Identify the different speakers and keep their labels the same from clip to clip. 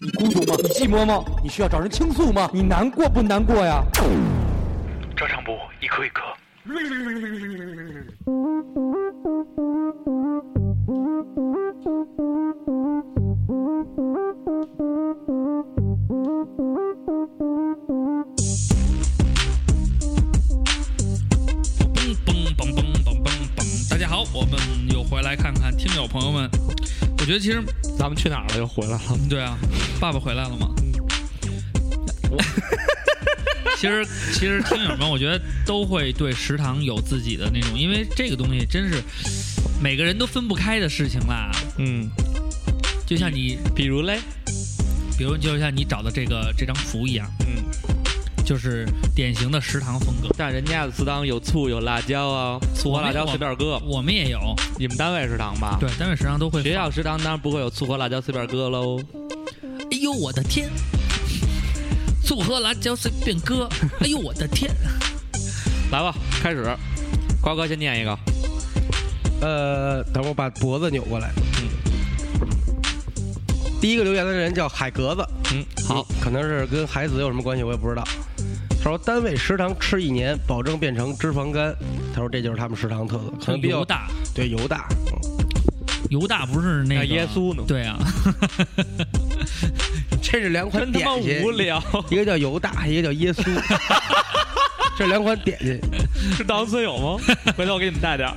Speaker 1: 你孤独吗？你寂寞吗？你需要找人倾诉吗？你难过不难过呀？
Speaker 2: 照常补，一颗一颗。
Speaker 3: 嘣嘣嘣嘣嘣嘣嘣！大家好，我们又回来看看听友朋友们。我觉得其实，
Speaker 4: 咱们去哪儿了？又回来了。
Speaker 3: 对啊，爸爸回来了 嘛。其实，其实听友们，我觉得都会对食堂有自己的那种，因为这个东西真是每个人都分不开的事情啦。
Speaker 4: 嗯，
Speaker 3: 就像你，
Speaker 4: 比如嘞，
Speaker 3: 比如就像你找的这个这张图一样，
Speaker 4: 嗯，
Speaker 3: 就是典型的食堂风格。
Speaker 4: 但人家的食堂有醋有辣椒啊，醋和辣椒随便搁。
Speaker 3: 我们也有，
Speaker 4: 你们单位食堂吧？
Speaker 3: 对，单位食堂都会。
Speaker 4: 学校，食堂当然不会有醋和辣椒随便搁喽。
Speaker 3: 哎呦我的天！醋和辣椒随便搁，哎呦我的 天！
Speaker 4: 来吧，开始。瓜哥先念一个。
Speaker 5: 呃，等会儿我把脖子扭过来。嗯第一个留言的人叫海格子，
Speaker 4: 嗯，好，
Speaker 5: 可能是跟海子有什么关系，我也不知道。他说单位食堂吃一年，保证变成脂肪肝。他说这就是他们食堂特色，可能比较
Speaker 3: 油大，
Speaker 5: 对油大。嗯
Speaker 3: 油大不是那
Speaker 4: 那
Speaker 3: 个
Speaker 4: 耶稣呢
Speaker 3: 对啊，
Speaker 5: 这是两款
Speaker 4: 真他
Speaker 5: 点
Speaker 4: 妈
Speaker 5: 心，
Speaker 4: 无 聊。
Speaker 5: 一个叫犹大，一个叫 耶稣，这两款点心。
Speaker 4: 食堂村有吗？回头我给你们带点 儿。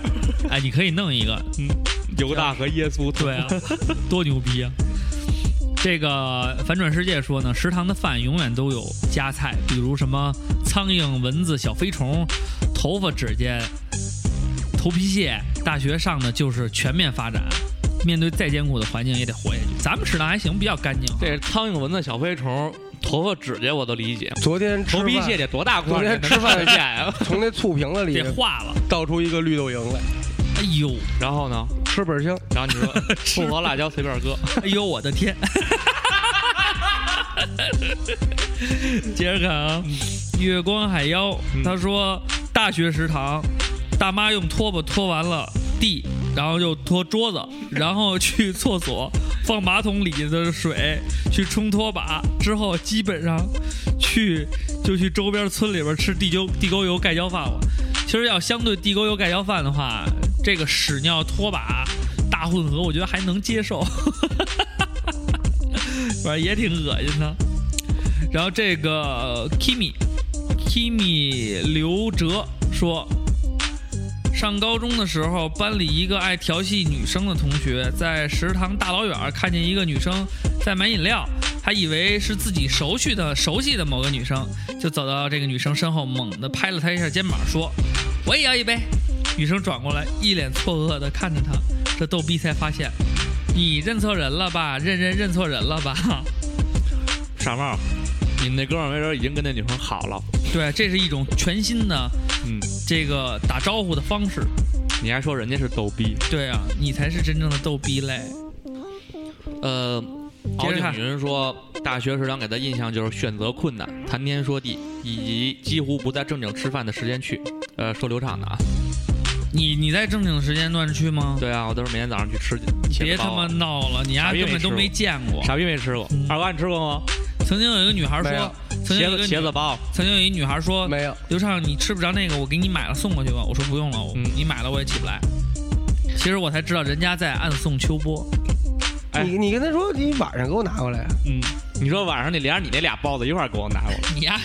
Speaker 3: 哎，你可以弄一个，
Speaker 4: 犹大和耶稣，
Speaker 3: 对啊， 多牛逼啊！这个反转世界说呢，食堂的饭永远都有加菜，比如什么苍蝇、蚊子、小飞虫、头发、指甲、头皮屑。大学上的就是全面发展，面对再艰苦的环境也得活下去。咱们食堂还行，比较干净。
Speaker 4: 这是苍蝇、蚊子、小飞虫、头发、指甲，我都理解。
Speaker 5: 昨天吃
Speaker 4: 头皮
Speaker 5: 饭
Speaker 4: 屑得多大块
Speaker 5: 昨
Speaker 4: 儿才
Speaker 5: 天
Speaker 4: 能
Speaker 5: 吃饭
Speaker 4: 得下呀？
Speaker 5: 从那醋瓶子里
Speaker 3: 得化了，
Speaker 5: 倒出一个绿豆蝇来，
Speaker 3: 哎呦，
Speaker 4: 然后呢？
Speaker 5: 吃本香。
Speaker 4: 然后你 说醋和辣椒随便搁，
Speaker 3: 哎呦，我的天！接着看啊，月光海妖他说，大学食堂，大妈用拖把拖完了地，然后又拖桌 子，然后去厕所放马桶里的水去冲拖把，之后基本上去就去周边村里边吃地沟地沟油盖浇饭了。其实要相对地沟油盖浇饭的话，这个屎尿拖把大混合，我觉得还能接受，反正也挺恶心的。然后这个呃 Kimi Kimi 刘哲说，上高中的时候，班里一个爱调戏女生的同学，在食堂大老远儿看见一个女生在买饮料，还以为是自己熟悉的熟悉的某个女生，就走到这个女生身后，猛地拍了她一下肩膀，说：“我也要一杯。”女生转过来，一脸错愕地看着他，这逗逼才发现，你认错人了吧？认认认错人了吧？
Speaker 4: 傻帽，你那哥们儿没准已经跟那女生好了。
Speaker 3: 对，这是一种全新的
Speaker 4: 嗯，
Speaker 3: 这个打招呼的方式。
Speaker 4: 你还说人家是逗逼？
Speaker 3: 对啊，你才是真正的逗逼嘞。
Speaker 4: 呃，
Speaker 3: 接
Speaker 4: 敖
Speaker 3: 着
Speaker 4: 景
Speaker 3: 看
Speaker 4: 云说，大学食堂给他印象就是选择困难、谈天说地，以及几乎不在正经吃饭的时间去。呃，说流畅的啊，
Speaker 3: 你你在正经的时间段去吗？
Speaker 4: 对啊，我都是每天早上去吃。
Speaker 3: 别他
Speaker 5: 啊
Speaker 3: 妈闹了，你丫、
Speaker 4: 傻逼
Speaker 3: 根本
Speaker 4: 没吃
Speaker 3: 都
Speaker 4: 过
Speaker 3: 没见过。
Speaker 4: 傻啊逼没吃过
Speaker 3: 嗯，
Speaker 4: 二哥你吃过吗？
Speaker 3: 曾经有一个女孩
Speaker 5: 没
Speaker 3: 说
Speaker 5: 有，
Speaker 3: 曾经
Speaker 4: 茄
Speaker 3: 有一
Speaker 4: 子
Speaker 3: 个
Speaker 4: 茄
Speaker 3: 女
Speaker 4: 子包，
Speaker 3: 曾经有一女孩
Speaker 4: 哦
Speaker 3: 说，
Speaker 5: 没有，
Speaker 3: 刘畅你吃不着那个，我给你买了送过去吧。我说不用了，我
Speaker 4: 嗯
Speaker 3: 你买了我也起不来。其实我才知道人家在暗送秋波。
Speaker 4: 哎
Speaker 5: 你你跟他说你晚上给我拿过来啊，
Speaker 4: 嗯，你说晚上你连着你那俩包子一块儿给我拿过来，
Speaker 3: 你 丫、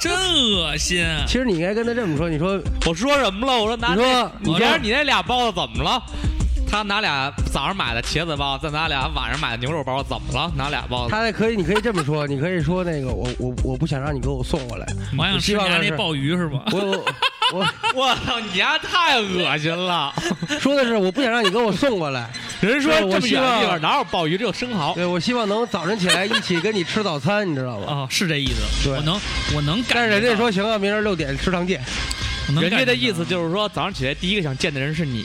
Speaker 3: 真恶心！啊
Speaker 5: 其实你应该跟他这么说，你说
Speaker 4: 我说什么了？我说拿
Speaker 5: 你
Speaker 4: 那
Speaker 5: 说你
Speaker 4: 我
Speaker 5: 这
Speaker 4: 说你那俩包子怎么了？他拿俩早上买的茄子包，再拿俩晚上买的牛肉包，怎么了？拿俩包子，
Speaker 5: 他那可以，你可以这么说，你可以说那个我我我不想让你给我送过来，
Speaker 3: 我想吃
Speaker 5: 希
Speaker 3: 你
Speaker 5: 望
Speaker 3: 家
Speaker 5: 的
Speaker 3: 那
Speaker 5: 是
Speaker 3: 鲍鱼是吧？
Speaker 5: 我我我
Speaker 4: 我操，你丫太恶心了！
Speaker 5: 说的是我不想让你给我送过来，
Speaker 4: 人说
Speaker 5: 对
Speaker 4: 这
Speaker 5: 我
Speaker 4: 么
Speaker 5: 希
Speaker 4: 远的地
Speaker 5: 望
Speaker 4: 方哪有鲍鱼，只有生蚝。
Speaker 5: 对我希望能早晨起来一起跟你吃早餐，你知道吗？
Speaker 3: 啊、是这意思。
Speaker 5: 对
Speaker 3: 我能，我能感觉到。
Speaker 5: 但是人家说行啊，明儿六点食堂见，
Speaker 3: 我能
Speaker 4: 人
Speaker 3: 感觉到
Speaker 4: 家的意思就是说，早上起来第一个想见的人是你，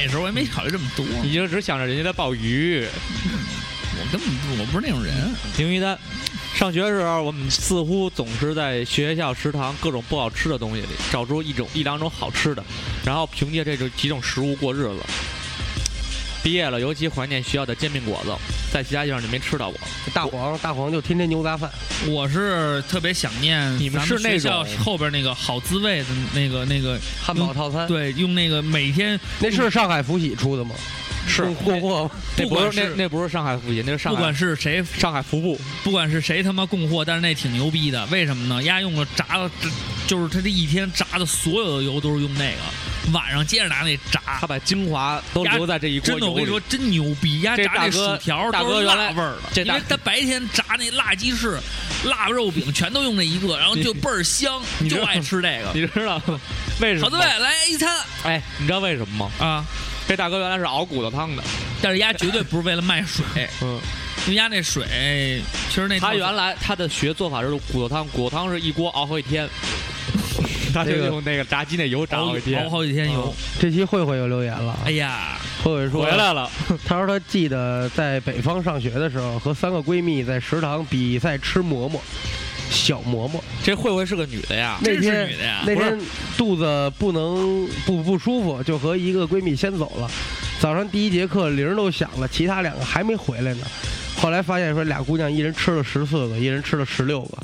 Speaker 3: 那时候我也没考虑这么多，
Speaker 4: 你就只想着人家的鲍鱼。
Speaker 3: 我根本不，我不是那种人。
Speaker 4: 平一丹，上学的时候，我们似乎总是在学校食堂各种不好吃的东西里找出一种一两种好吃的，然后凭借这种几种食物过日子。毕业了，尤其怀念学校的煎饼果子，在其他地方就没吃到过。
Speaker 5: 大黄大黄就天天牛杂饭，
Speaker 3: 我是特别想念
Speaker 4: 你们
Speaker 3: 咱
Speaker 4: 是
Speaker 3: 们
Speaker 4: 那
Speaker 3: 学校
Speaker 4: 种
Speaker 3: 后边那个好滋味的那个那个
Speaker 5: 汉堡套餐。
Speaker 3: 嗯对，用那个每天
Speaker 5: 那是上海福喜出的吗？
Speaker 4: 是
Speaker 5: 供供货吗
Speaker 4: 那
Speaker 3: 不
Speaker 4: 不
Speaker 3: 管
Speaker 4: 是那
Speaker 3: 是
Speaker 4: 那不是上海附近，那是啊上
Speaker 3: 不
Speaker 4: 海
Speaker 3: 管是谁，
Speaker 4: 上海服部。
Speaker 3: 不管是谁他妈供货，但是那挺牛逼的。为什么呢？丫用了炸了，这就是他这一天炸的所有的油都是用那个，晚上接着拿那炸
Speaker 4: 他。把精华都
Speaker 3: 呀
Speaker 4: 留在这一锅
Speaker 3: 真的，我跟
Speaker 4: 油
Speaker 3: 你
Speaker 4: 里
Speaker 3: 说，。真牛逼！丫
Speaker 4: 这
Speaker 3: 炸
Speaker 4: 大
Speaker 3: 那
Speaker 4: 哥
Speaker 3: 薯条
Speaker 4: 大
Speaker 3: 都
Speaker 4: 哥
Speaker 3: 是
Speaker 4: 原
Speaker 3: 辣
Speaker 4: 来
Speaker 3: 味儿的，
Speaker 4: 这
Speaker 3: 因
Speaker 4: 大
Speaker 3: 为他白天炸那辣鸡翅、腊肉饼全都用那一个，然后就倍儿香，
Speaker 4: 你知
Speaker 3: 就
Speaker 4: 道
Speaker 3: 爱吃这个。
Speaker 4: 你知道吗为什
Speaker 3: 好滋
Speaker 4: 么吗？
Speaker 3: 味，来一餐
Speaker 4: 哎，你知道为什么吗？
Speaker 3: 啊！
Speaker 4: 这大哥原来是熬骨头汤的。
Speaker 3: 但是丫绝对不是为了卖水，
Speaker 4: 嗯，
Speaker 3: 因为丫那水其实那套
Speaker 4: 他
Speaker 3: 餐
Speaker 4: 原来他的学做法是骨头汤，骨头汤是一锅熬好几天， 他就
Speaker 5: 这个
Speaker 4: 用那个炸鸡那油炸
Speaker 3: 熬
Speaker 4: 好几
Speaker 3: 熬
Speaker 4: 天。嗯
Speaker 3: 好几天油。
Speaker 5: 这期慧慧又留言了，啊
Speaker 3: 哎呀，
Speaker 5: 慧慧说
Speaker 4: 回来了，
Speaker 5: 她说她记得在北方上学的时候，和三个闺蜜在食堂比赛吃馍馍，小馍馍。
Speaker 4: 这慧慧是个女的 呀，
Speaker 5: 那
Speaker 3: 真是
Speaker 5: 天
Speaker 3: 女的呀！
Speaker 5: 那
Speaker 4: 不是
Speaker 5: 天肚子不能不不舒服，就和一个闺蜜先走了。早上第一节课铃儿都响了，其他两个还没回来呢。后来发现说俩姑娘一人吃了十四个，一人吃了十六个。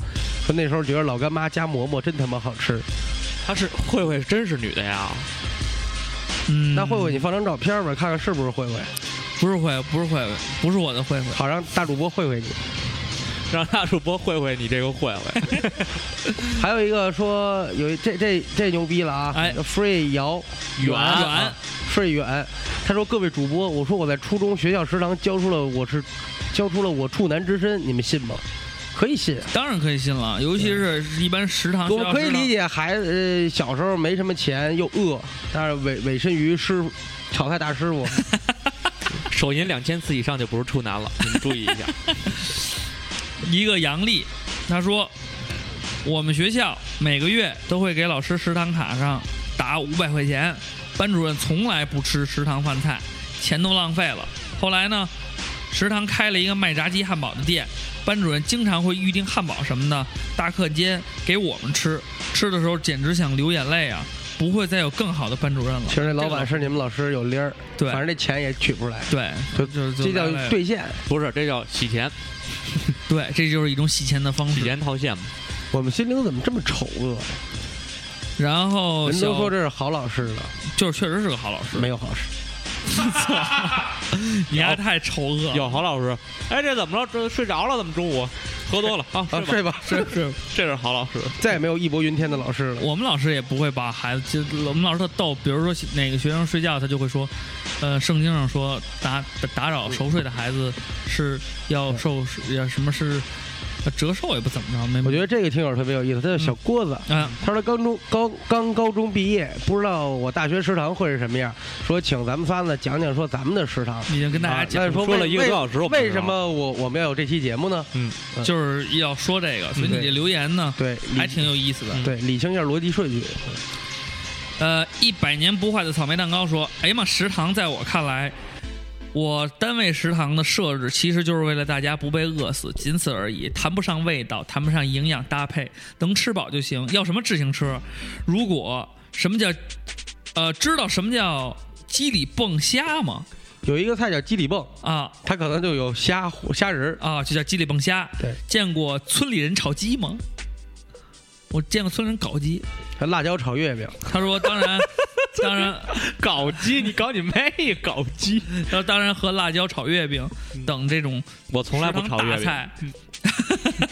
Speaker 5: 说那时候觉得老干妈加馍馍真他妈好吃。
Speaker 4: 她是慧慧，真是女的呀。
Speaker 3: 嗯，
Speaker 5: 那慧慧，你放张照片吧，看看是不是慧慧，
Speaker 3: 不是慧，不是慧，不是我的慧慧。
Speaker 5: 好让大主播慧慧你。
Speaker 4: 让大主播慧慧你这个慧慧，
Speaker 5: 还有一个说有一这这这牛逼了啊！
Speaker 3: 哎
Speaker 5: ，free 姚
Speaker 4: 远
Speaker 5: 啊 free 远，他说各位主播，我说我在初中学校食堂教出了我是教出了我处男之身，你们信吗？可以信，
Speaker 3: 当然可以信了，尤其是一般食堂，
Speaker 5: 我们可以理
Speaker 3: 解。
Speaker 5: 解孩子呃小时候没什么钱又饿，但是委委身于师傅炒菜大 师傅，
Speaker 4: 手淫两千次以上就不是处男了，你们注意一下。
Speaker 3: 一个杨丽，她说，我们学校每个月都会给老师食堂卡上打五百块钱，班主任从来不吃食堂饭菜，钱都浪费了。后来呢，食堂开了一个卖炸鸡汉堡的店，班主任经常会预定汉堡什么的，大课间给我们吃，吃的时候简直想流眼泪啊！不会再有更好的班主任了。
Speaker 5: 其实那老
Speaker 3: 这个
Speaker 5: 板是你们老师有零儿，
Speaker 3: 对
Speaker 5: 反正这钱也取不出来，
Speaker 3: 对，
Speaker 5: 就
Speaker 3: 就是
Speaker 5: 这叫兑现。
Speaker 4: 不是，这叫洗钱，
Speaker 3: 对，这就是一种洗钱的方
Speaker 4: 洗
Speaker 3: 式。
Speaker 4: 钱套现嘛。
Speaker 5: 我们心灵怎么这么丑恶？
Speaker 3: 然后
Speaker 5: 人
Speaker 3: 哦小
Speaker 5: 都说这是好老师了，
Speaker 3: 就是确实是个好老师，
Speaker 5: 没有好师。
Speaker 3: 你丫太丑恶了。
Speaker 4: 有郝老师，哎，这怎么了？这睡着了？怎么中午喝多了啊？
Speaker 5: 啊，
Speaker 4: 睡吧
Speaker 5: 睡吧，睡睡。
Speaker 4: 这是郝老师。
Speaker 5: 再也没有义薄云天的老师
Speaker 4: 嗯
Speaker 5: 了。
Speaker 3: 我们老师也不会把孩子，就我们老师特逗，比如说哪个学生睡觉，他就会说，呃，圣经上说打打打扰熟睡的孩子是要受是要什么是呃折寿也不怎么着，没
Speaker 5: 嗯我觉得这个听友特别有意思，他叫小
Speaker 4: 嗯
Speaker 5: 郭子。
Speaker 3: 得啊，
Speaker 5: 他说他高中高刚高中毕业，不知道我大学食堂会是什么样，说请咱们仨呢讲讲说咱们的食堂。
Speaker 4: 嗯
Speaker 3: 已经跟大家
Speaker 5: 啊
Speaker 3: 讲
Speaker 5: 那
Speaker 3: 过，
Speaker 5: 说
Speaker 4: 说
Speaker 5: 为
Speaker 4: 了一个
Speaker 5: 为
Speaker 4: 多小时我们
Speaker 5: 为
Speaker 4: 知道
Speaker 5: 什么我我们要有这期节目呢？
Speaker 3: 就是要说这个，所以你这
Speaker 5: 嗯对
Speaker 3: 留言呢
Speaker 5: 对，理嗯
Speaker 3: 还挺有意思的。
Speaker 5: 对，理清一下逻辑顺序。
Speaker 3: 呃，一百年不坏的草莓蛋糕说：“哎呀妈，食堂在我看来，我单位食堂的设置其实就是为了大家不被饿死，仅此而已，谈不上味道，谈不上营养搭配，能吃饱就行。要什么自行车？如果什么叫呃，知道什么叫鸡里蹦虾吗？
Speaker 5: 有一个菜叫鸡里蹦，
Speaker 3: 啊
Speaker 5: 它可能就有虾糊虾仁儿，
Speaker 3: 啊，就叫鸡里蹦虾。
Speaker 5: 对，
Speaker 3: 见过村里人炒鸡吗？我见过村里人搞鸡。
Speaker 5: 还辣椒炒月饼。
Speaker 4: 嗯
Speaker 3: 他说，当然，当然。”
Speaker 4: 搞基，你搞你妹！搞基，
Speaker 3: 然后当然和辣椒炒月饼等这种
Speaker 4: 我从来不炒
Speaker 3: 食
Speaker 4: 月饼。
Speaker 3: 堂大菜，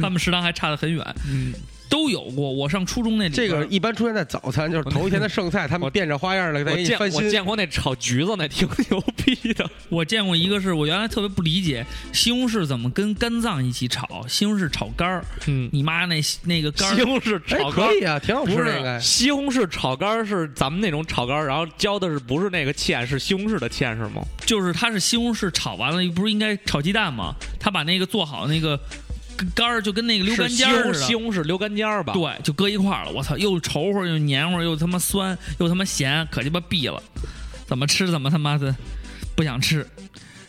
Speaker 3: 他们食堂还差得很远，
Speaker 4: 嗯
Speaker 3: 都有过。我上初中那里
Speaker 5: 这
Speaker 3: 边
Speaker 5: 个一般出现在早餐，就是头一天的剩菜，他们
Speaker 4: 我
Speaker 5: 变着花样的再
Speaker 4: 我
Speaker 5: 给你
Speaker 4: 见
Speaker 5: 翻
Speaker 4: 我
Speaker 5: 新。
Speaker 4: 见过那炒橘子那挺牛逼 的，
Speaker 3: 我见过一个是我原来特别不理解西红柿怎么跟肝脏一起炒，西红柿炒肝儿，
Speaker 4: 嗯，
Speaker 3: 你妈那那个肝
Speaker 4: 西
Speaker 3: 儿
Speaker 4: 红柿
Speaker 5: 哎
Speaker 4: 炒，肝
Speaker 5: 可。以啊，挺好吃
Speaker 4: 不
Speaker 5: 的应
Speaker 4: 是
Speaker 5: 该。
Speaker 4: 西红柿炒肝儿是咱们那种炒肝儿，然后浇的是不是那个芡是西红柿的芡是吗？
Speaker 3: 就是它是西红柿炒完了，不是应该炒鸡蛋吗？他把那个做好那个肝儿就跟那个溜肝
Speaker 4: 是西
Speaker 3: 尖儿
Speaker 4: 红
Speaker 3: 似的
Speaker 4: 西，红柿溜干尖儿吧？，
Speaker 3: 对，就搁一块儿了。我操，又稠乎儿又黏糊儿，又他妈酸，又他妈咸，可鸡巴毙了！怎么吃怎么他妈的不想吃。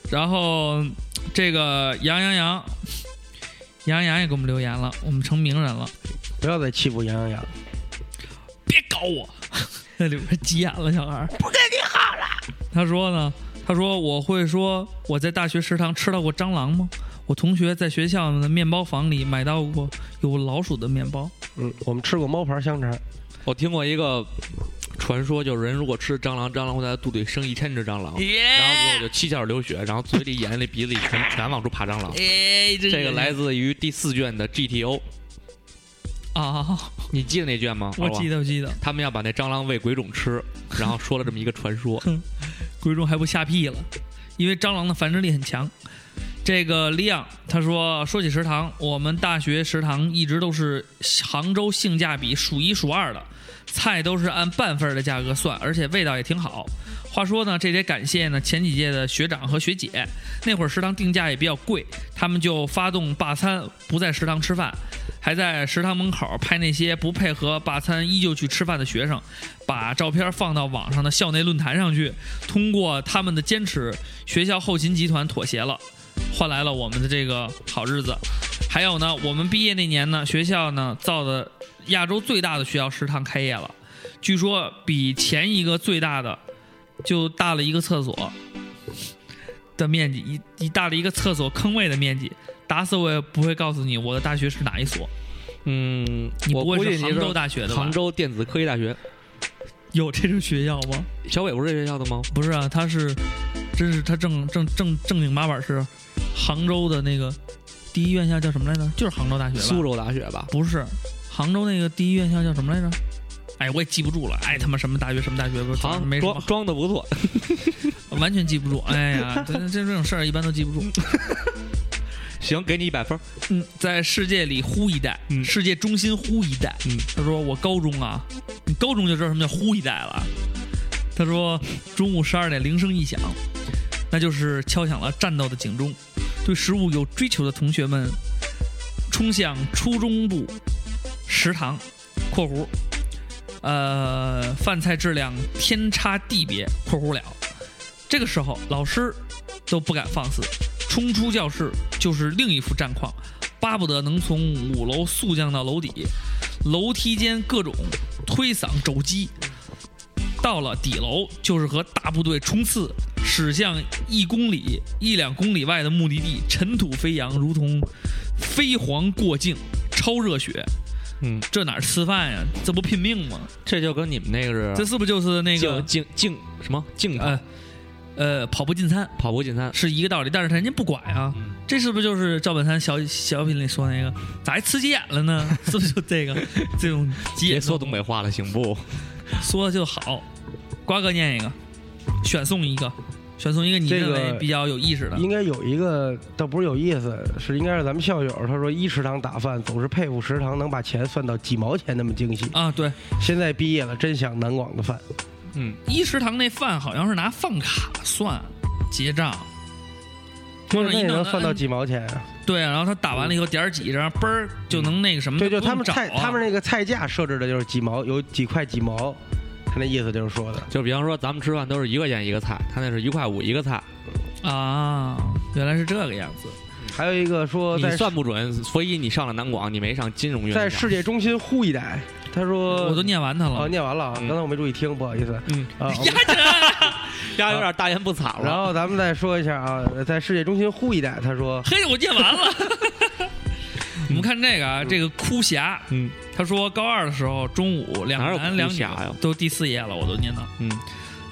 Speaker 3: 然后这个杨 洋洋，杨洋洋也给我们留言了，我们成名人了，
Speaker 5: 不要再欺负杨洋洋。
Speaker 3: 别搞我！那里边急眼了，小孩不跟你好了。他说呢，他说我会说我在大学食堂吃到过蟑螂吗？我同学在学校的面包房里买到过有老鼠的面包。
Speaker 5: 嗯，我们吃过猫牌香肠，
Speaker 3: 啊
Speaker 4: 我听过一个传说，就是人如果吃蟑螂，蟑螂会在他肚子里生一千只蟑螂，
Speaker 3: 耶
Speaker 4: 然后最后就七窍流血，然后嘴里、眼里、鼻子里全全往出爬蟑螂。
Speaker 3: 哎，
Speaker 4: 这个来自于第四卷的 GTO，
Speaker 3: 啊！
Speaker 4: 你记得那卷吗？
Speaker 3: 我
Speaker 4: 二娃
Speaker 3: 记得，我记得，
Speaker 4: 他们要把那蟑螂喂鬼冢 吃，然后说了这么一个传说。
Speaker 3: 闺中还不吓屁了，因为蟑螂的繁殖力很强。这个李昂他说，说起食堂，我们大学食堂一直都是杭州性价比数一数二的，菜都是按半份儿的价格算，而且味道也挺好。话说呢，这得感谢呢前几届的学长和学姐，那会儿食堂定价也比较贵，他们就发动罢餐，不在食堂吃饭，还在食堂门口拍那些不配合罢餐依旧去吃饭的学生，把照片放到网上的校内论坛上去。通过他们的坚持，学校后勤集团妥协了，换来了我们的这个好日子。还有呢，我们毕业那年呢，学校呢造的亚洲最大的学校食堂开业了，据说比前一个最大的就大了一个厕所的面积，一一大了一个厕所坑位的面积。打死我也不会告诉你我的大学是哪一所，
Speaker 4: 嗯，
Speaker 3: 你
Speaker 4: 我
Speaker 3: 不
Speaker 4: 估
Speaker 3: 会
Speaker 4: 计
Speaker 3: 是
Speaker 4: 你
Speaker 3: 杭州
Speaker 4: 是
Speaker 3: 大学的吧？
Speaker 4: 杭州电子科技大学。
Speaker 3: 有这种学校吗？
Speaker 4: 小伟不是这学校的吗？
Speaker 3: 不是啊，他是，真是他正正正正经八板是杭州的那个第一院校叫什么来着？就是杭州大学吧？
Speaker 4: 苏州大学吧？
Speaker 3: 不是，杭州那个第一院校叫什么来着？哎，我也记不住了。哎，他妈什么大学什么大学，不是
Speaker 4: 杭
Speaker 3: 没什
Speaker 4: 啊装
Speaker 3: 么，
Speaker 4: 装的不错。
Speaker 3: 完全记不住。哎呀，这这这种事儿一般都记不住。
Speaker 4: 行，给你一百分。
Speaker 3: 嗯，在世界里呼一代，
Speaker 4: 嗯
Speaker 3: 世界中心呼一代。
Speaker 4: 嗯，
Speaker 3: 他说我高中啊，你高中就知道什么叫呼一代了。他说中午十二点铃声一响，那就是敲响了战斗的警钟，对食物有追求的同学们冲向初中部食堂（括弧）。呃，饭菜质量天差地别（括弧了）。这个时候，老师都不敢放肆，冲出教室就是另一幅战况，巴不得能从五楼速降到楼底，楼梯间各种推搡肘击。到了底楼，就是和大部队冲刺，驶向一公里、一两公里外的目的地，尘土飞扬，如同飞蝗过境，超热血。
Speaker 4: 嗯，
Speaker 3: 这哪是吃饭呀？这不拼命吗？
Speaker 4: 这就跟你们那个
Speaker 3: 这
Speaker 4: 是
Speaker 3: 是不就是那个
Speaker 4: 竞竞竞什么竞跑
Speaker 3: 呃呃跑步进餐？
Speaker 4: 跑步进餐？
Speaker 3: 是一个道理，但是人家不管啊，
Speaker 5: 嗯
Speaker 3: 这是不是就是赵本山小小品里说那个咋还吃急眼了 呢？是不是就这个这种急
Speaker 4: 别
Speaker 3: 眼
Speaker 4: 说东北话了，行不？
Speaker 3: 说的就好？瓜哥念一个，选送一个，选送一个你
Speaker 5: 这
Speaker 3: 认
Speaker 5: 个
Speaker 3: 为比较有意识的，
Speaker 5: 应该有一个，倒不是有意思，是应该是咱们校友，他说一食堂打饭，总是佩服食堂能把钱算到几毛钱那么精细。
Speaker 3: 啊，对，
Speaker 5: 现在毕业了，真想南广的饭。
Speaker 4: 嗯，
Speaker 3: 一食堂那饭好像是拿饭卡算结账，
Speaker 5: 那
Speaker 3: 往上一
Speaker 5: 也
Speaker 3: 弄
Speaker 5: 能算到
Speaker 3: 按
Speaker 5: 几毛钱啊？
Speaker 3: 对啊，然后他打完了以后点儿几，然后嘣儿就能那个什么，
Speaker 5: 对，
Speaker 3: 就
Speaker 5: 就
Speaker 3: 不
Speaker 5: 他
Speaker 3: 用
Speaker 5: 们
Speaker 3: 找
Speaker 5: 菜，
Speaker 3: 啊
Speaker 5: 他们那个菜价设置的就是几毛，有几块几毛，他那意思就是说
Speaker 3: 嗯
Speaker 5: 的。
Speaker 4: 就比方说咱们吃饭都是一块钱一个菜，他那是一块五一个菜，
Speaker 3: 啊，原来是这个样子，
Speaker 5: 还有一个说
Speaker 4: 你
Speaker 5: 在
Speaker 4: 算不准，所以你上了南广，你没上金融院。
Speaker 5: 在世界中心呼一代，他说
Speaker 3: 我都念完他
Speaker 5: 哦
Speaker 3: 了，
Speaker 5: 念完了啊，
Speaker 4: 嗯
Speaker 5: 刚才我没注意听，不好意思。
Speaker 4: 嗯
Speaker 5: 啊，我 们
Speaker 3: 呀这。
Speaker 4: 家有点大言不惭
Speaker 5: 然
Speaker 4: 了。
Speaker 5: 后咱们再说一下啊，在世界中心呼一代，他说
Speaker 3: 嘿，我念 完了。我们看这个啊，这个哭侠，
Speaker 4: 嗯
Speaker 3: 他说高二的时候中午两
Speaker 4: 哪有
Speaker 3: 男两
Speaker 4: 哭
Speaker 3: 女
Speaker 4: 侠呀
Speaker 3: 都第四页了，我都念到。
Speaker 4: 嗯，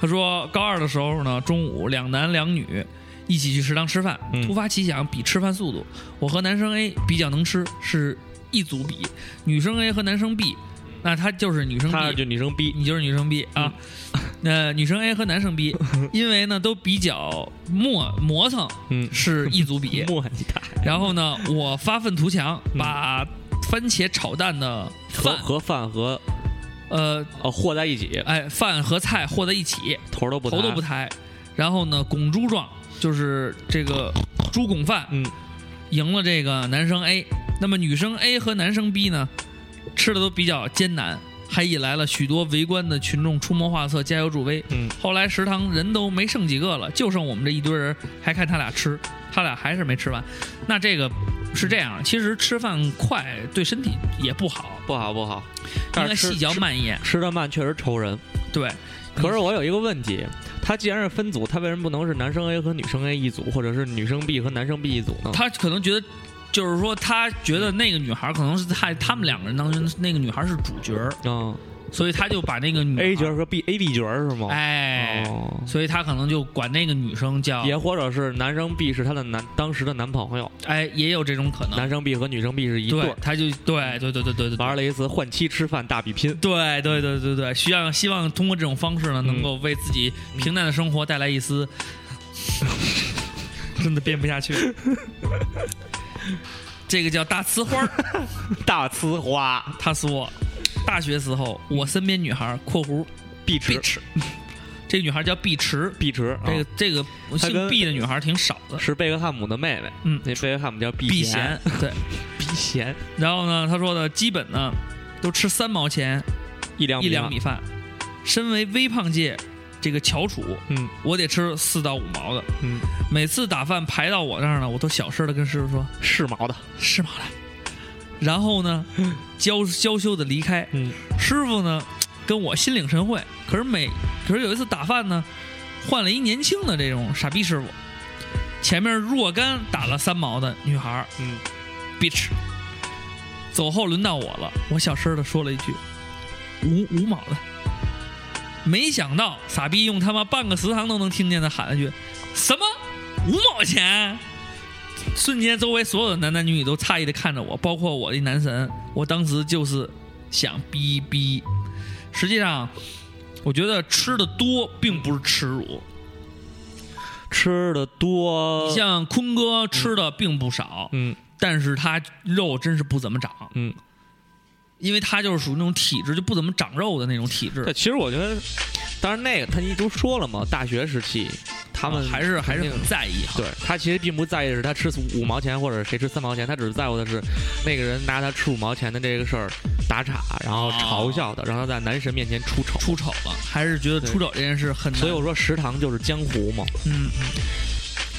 Speaker 3: 他说高二的时候呢，中午两男两女一起去食堂吃饭，
Speaker 4: 嗯
Speaker 3: 突发奇想比吃饭速度。我和男生 A 比较能吃，是一组比；女生 A 和男生 B，那他就是女生 B，
Speaker 4: 他就嗯女生逼，
Speaker 3: 你就是女生 B 啊。 那、女生 A 和男生 B，因为呢都比较磨磨蹭，
Speaker 4: 嗯，
Speaker 3: 是一组比。
Speaker 4: 磨叽大
Speaker 3: 然后呢，我发愤图强，
Speaker 4: 嗯
Speaker 3: 把番茄炒蛋的
Speaker 4: 和
Speaker 3: 饭，
Speaker 4: 和饭和
Speaker 3: 呃，
Speaker 4: 呃和在一起，
Speaker 3: 哎，饭和菜和在一起，
Speaker 4: 头都不
Speaker 3: 头都不
Speaker 4: 抬。
Speaker 3: 抬。然后呢，拱猪状就是这个猪拱饭
Speaker 4: 嗯，
Speaker 3: 赢了这个男生 A。那么女生 A 和男生 B 呢，吃的都比较艰难，还引来了许多围观的群众出谋划策，加油助威。
Speaker 4: 嗯，
Speaker 3: 后来食堂人都没剩几个了，就剩我们这一堆人，还看他俩吃，他俩还是没吃完。那这个是这样，其实吃饭快对身体也不好，
Speaker 4: 不好不好，
Speaker 3: 应
Speaker 4: 但
Speaker 3: 该
Speaker 4: 是
Speaker 3: 细
Speaker 4: 吃
Speaker 3: 嚼慢咽。
Speaker 4: 吃的慢确实愁人。
Speaker 3: 对，
Speaker 4: 可是我有一个问题，他既然是分组，他为什么不能是男生 A 和女生 A 一组，或者是女生 B 和男生 B 一组呢？
Speaker 3: 他可能觉得，就是说他觉得那个女孩可能是在他们两个人当中，那个女孩是主角儿，
Speaker 4: 嗯
Speaker 3: 所以他就把那个女
Speaker 4: ，A 角
Speaker 3: 角，
Speaker 4: 和 B A B 角是吗？
Speaker 3: 哎，
Speaker 4: 嗯啊哦
Speaker 3: 所以他可能就管那个女生叫，
Speaker 4: 也或者是男生 B 是他的男当时的男朋友，
Speaker 3: 哎，也有这种可能。
Speaker 4: 男生 B 和女生 B 是一嗯对
Speaker 3: 对
Speaker 4: 儿，，
Speaker 3: 他就对对对对对对，
Speaker 4: 玩了一次换妻吃饭大比 拼。
Speaker 3: 对对对对对，希望希望通过这种方式呢，能够为自己平淡的生活带来一丝，真的编不下去。这个叫大呲花儿，
Speaker 4: 大呲花
Speaker 3: 他说，大学时候我身边女孩儿（括弧
Speaker 4: 碧池
Speaker 3: bitch），这个女孩叫碧池，
Speaker 4: 碧池，
Speaker 3: 这个
Speaker 4: 啊
Speaker 3: 这个
Speaker 4: 她跟
Speaker 3: 姓毕的女孩挺少的，
Speaker 4: 是贝克汉姆的妹妹，
Speaker 3: 嗯，
Speaker 4: 那贝克汉姆叫
Speaker 3: 避
Speaker 4: 碧贤，
Speaker 3: 嫌 对。
Speaker 4: 碧贤
Speaker 3: 然后呢，他说的基本呢都吃三毛钱
Speaker 4: 一两
Speaker 3: 一
Speaker 4: 啊
Speaker 3: 两米，饭，身为微胖界这个翘楚，
Speaker 4: 嗯
Speaker 3: 我得吃四到五毛的。
Speaker 4: 嗯，
Speaker 3: 每次打饭排到我那儿呢，我都小声的跟师傅说
Speaker 4: 是毛的，
Speaker 3: 是吗？来，然后 呢，娇娇羞的离开。
Speaker 4: 嗯，
Speaker 3: 师傅呢，跟我心领神会。可是每可是有一次打饭呢，换了一年轻的这种傻逼师傅，前面若干打了三毛的女孩，
Speaker 4: 嗯
Speaker 3: ，bitch。走后轮到我了，我小声的说了一句：“五五毛的。”没想到傻逼用他妈半个食堂都能听见的喊了句：“什么五毛钱？”瞬间，周围所有的男男女女都诧异的看着我，包括我的男神。我当时就是想逼逼。实际上，我觉得吃的多并不是耻辱，
Speaker 4: 吃的多，
Speaker 3: 像坤哥吃的并不少，
Speaker 4: 嗯
Speaker 3: 但是他肉真是不怎么长，
Speaker 4: 嗯，
Speaker 3: 因为他就是属于那种体质就不怎么长肉的那种体质
Speaker 4: 对，。其实我觉得，当然那个他一都说了嘛，大学时期他们
Speaker 3: 啊还是还是
Speaker 4: 肯定
Speaker 3: 很在意哈。
Speaker 4: 对他其实并不在意是他吃五毛钱或者谁吃三毛钱，他只是在乎的是那个人拿他吃五毛钱的这个事儿打岔，然后嘲笑的，让他在男神面前出丑。
Speaker 3: 啊出丑了，还是觉得
Speaker 4: 对
Speaker 3: 出丑这件事很难。
Speaker 4: 所以我说食堂就是江湖嘛，
Speaker 3: 嗯，嗯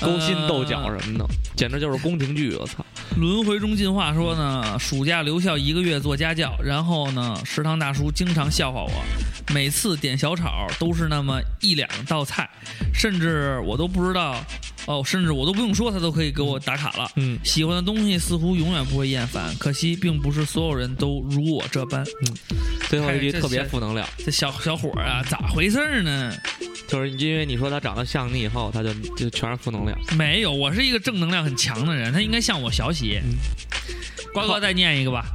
Speaker 4: 勾心斗角
Speaker 3: 呃
Speaker 4: 什么的，简直就是宫廷剧。我操，
Speaker 3: 轮回中进化说呢，暑假留校一个月做家教，然后呢，食堂大叔经常笑话我，每次点小炒都是那么一两道菜，甚至我都不知道，哦，甚至我都不用说，他都可以给我打卡了。
Speaker 4: 嗯，
Speaker 3: 喜欢的东西似乎永远不会厌烦，可惜并不是所有人都如我这般。
Speaker 4: 最后一
Speaker 3: 哎
Speaker 4: 句
Speaker 3: 这
Speaker 4: 特别
Speaker 3: 是
Speaker 4: 负能量，
Speaker 3: 这小小伙儿啊，咋回事儿呢？
Speaker 4: 就是因为你说他长得像你以后，他就就全是负能量。
Speaker 3: 没有，我是一个正能量很强的人，他应该向我学习。瓜哥再念一个吧，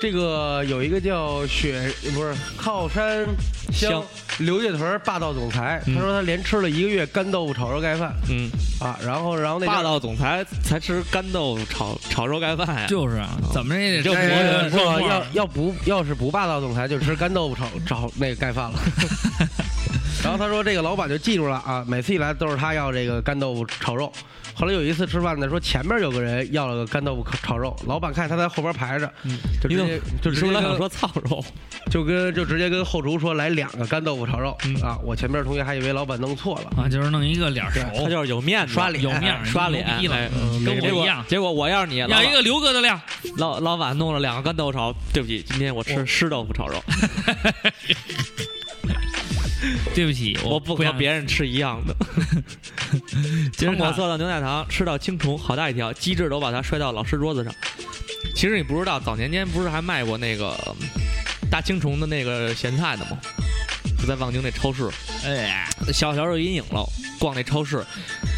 Speaker 5: 这个有一个叫雪，不是靠山
Speaker 4: 香
Speaker 5: 香刘家屯霸道总裁，
Speaker 4: 嗯
Speaker 5: 他说他连吃了一个月干豆腐炒肉盖饭
Speaker 4: 嗯，
Speaker 5: 啊，然后然后那
Speaker 4: 霸
Speaker 5: 家
Speaker 4: 道总裁才吃干豆腐炒炒肉盖饭呀。
Speaker 3: 就是啊，怎么着也得
Speaker 4: 就
Speaker 3: 摘
Speaker 4: 是
Speaker 3: 一
Speaker 5: 哎
Speaker 3: 个
Speaker 5: 不
Speaker 3: 肉块儿
Speaker 5: 要要不要是不霸道总裁，就吃干豆腐炒炒那个盖饭 了。然后他说这个老板就记住了啊，每次一来都是他要这个干豆腐炒肉。后来有一次吃饭呢，说前面有个人要了个干豆腐炒肉，老板看他在后边排着，就
Speaker 4: 嗯你怎
Speaker 5: 直接
Speaker 4: 么
Speaker 5: 就
Speaker 4: 你
Speaker 5: 直
Speaker 4: 是不是
Speaker 5: 接
Speaker 4: 老
Speaker 5: 跟
Speaker 4: 想说操肉？
Speaker 5: 就跟就直接跟后厨说来两个干豆腐炒肉啊！我前面同学还以为老板弄错了，
Speaker 3: 啊，就是弄一个脸熟，
Speaker 4: 他就是有面子，
Speaker 5: 刷脸
Speaker 3: 有面儿
Speaker 4: 刷脸
Speaker 3: 牛逼，了
Speaker 4: 哎
Speaker 3: 嗯跟
Speaker 4: 结
Speaker 3: 我
Speaker 4: 果
Speaker 3: 一样。
Speaker 4: 结果我要是你，老
Speaker 3: 要一
Speaker 4: 板
Speaker 3: 个刘哥的量，
Speaker 4: 老老板弄了两个干豆腐炒，对不起，今天我吃湿豆腐炒肉，
Speaker 3: 对不起，
Speaker 4: 我
Speaker 3: 不
Speaker 4: 不
Speaker 3: 要
Speaker 4: 和别人吃一样 的。
Speaker 3: 接着
Speaker 4: 从
Speaker 3: 看
Speaker 4: 我做的啊牛奶糖吃到青虫，好大一条，机智都把它摔到老师桌子上。其实你不知道，早年间不是还卖过那个大青虫的那个咸菜的吗？就在望京那超市，
Speaker 3: 哎，
Speaker 4: 小小有阴影了，逛那超市，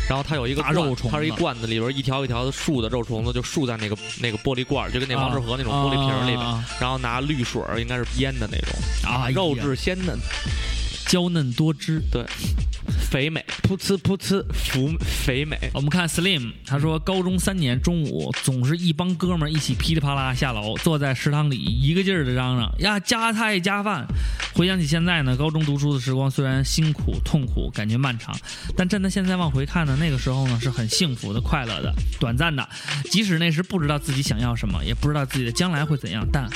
Speaker 4: 然后它有一个
Speaker 3: 大
Speaker 4: 罐
Speaker 3: 肉虫
Speaker 4: 它是一
Speaker 3: 子
Speaker 4: 罐子，里边一条一条的竖的肉虫子就竖在那个那个玻璃罐儿，就跟那王致和那种玻璃瓶儿里边，
Speaker 3: 啊
Speaker 4: 然后拿绿水儿应该是腌的那种，
Speaker 3: 啊，哎呀
Speaker 4: 肉质鲜嫩，
Speaker 3: 娇嫩多汁。
Speaker 4: 肥美，噗呲噗呲，肥肥美。
Speaker 3: 我们看 Slim，他说高中三年，中午总是一帮哥们儿一起噼里啪啦下楼，坐在食堂里一个劲儿的嚷嚷呀加菜加饭。回想起现在呢，高中读书的时光虽然辛苦痛苦，感觉漫长，但站在现在往回看呢，那个时候呢是很幸福的、快乐的、短暂的。即使那时不知道自己想要什么，也不知道自己的将来会怎样，但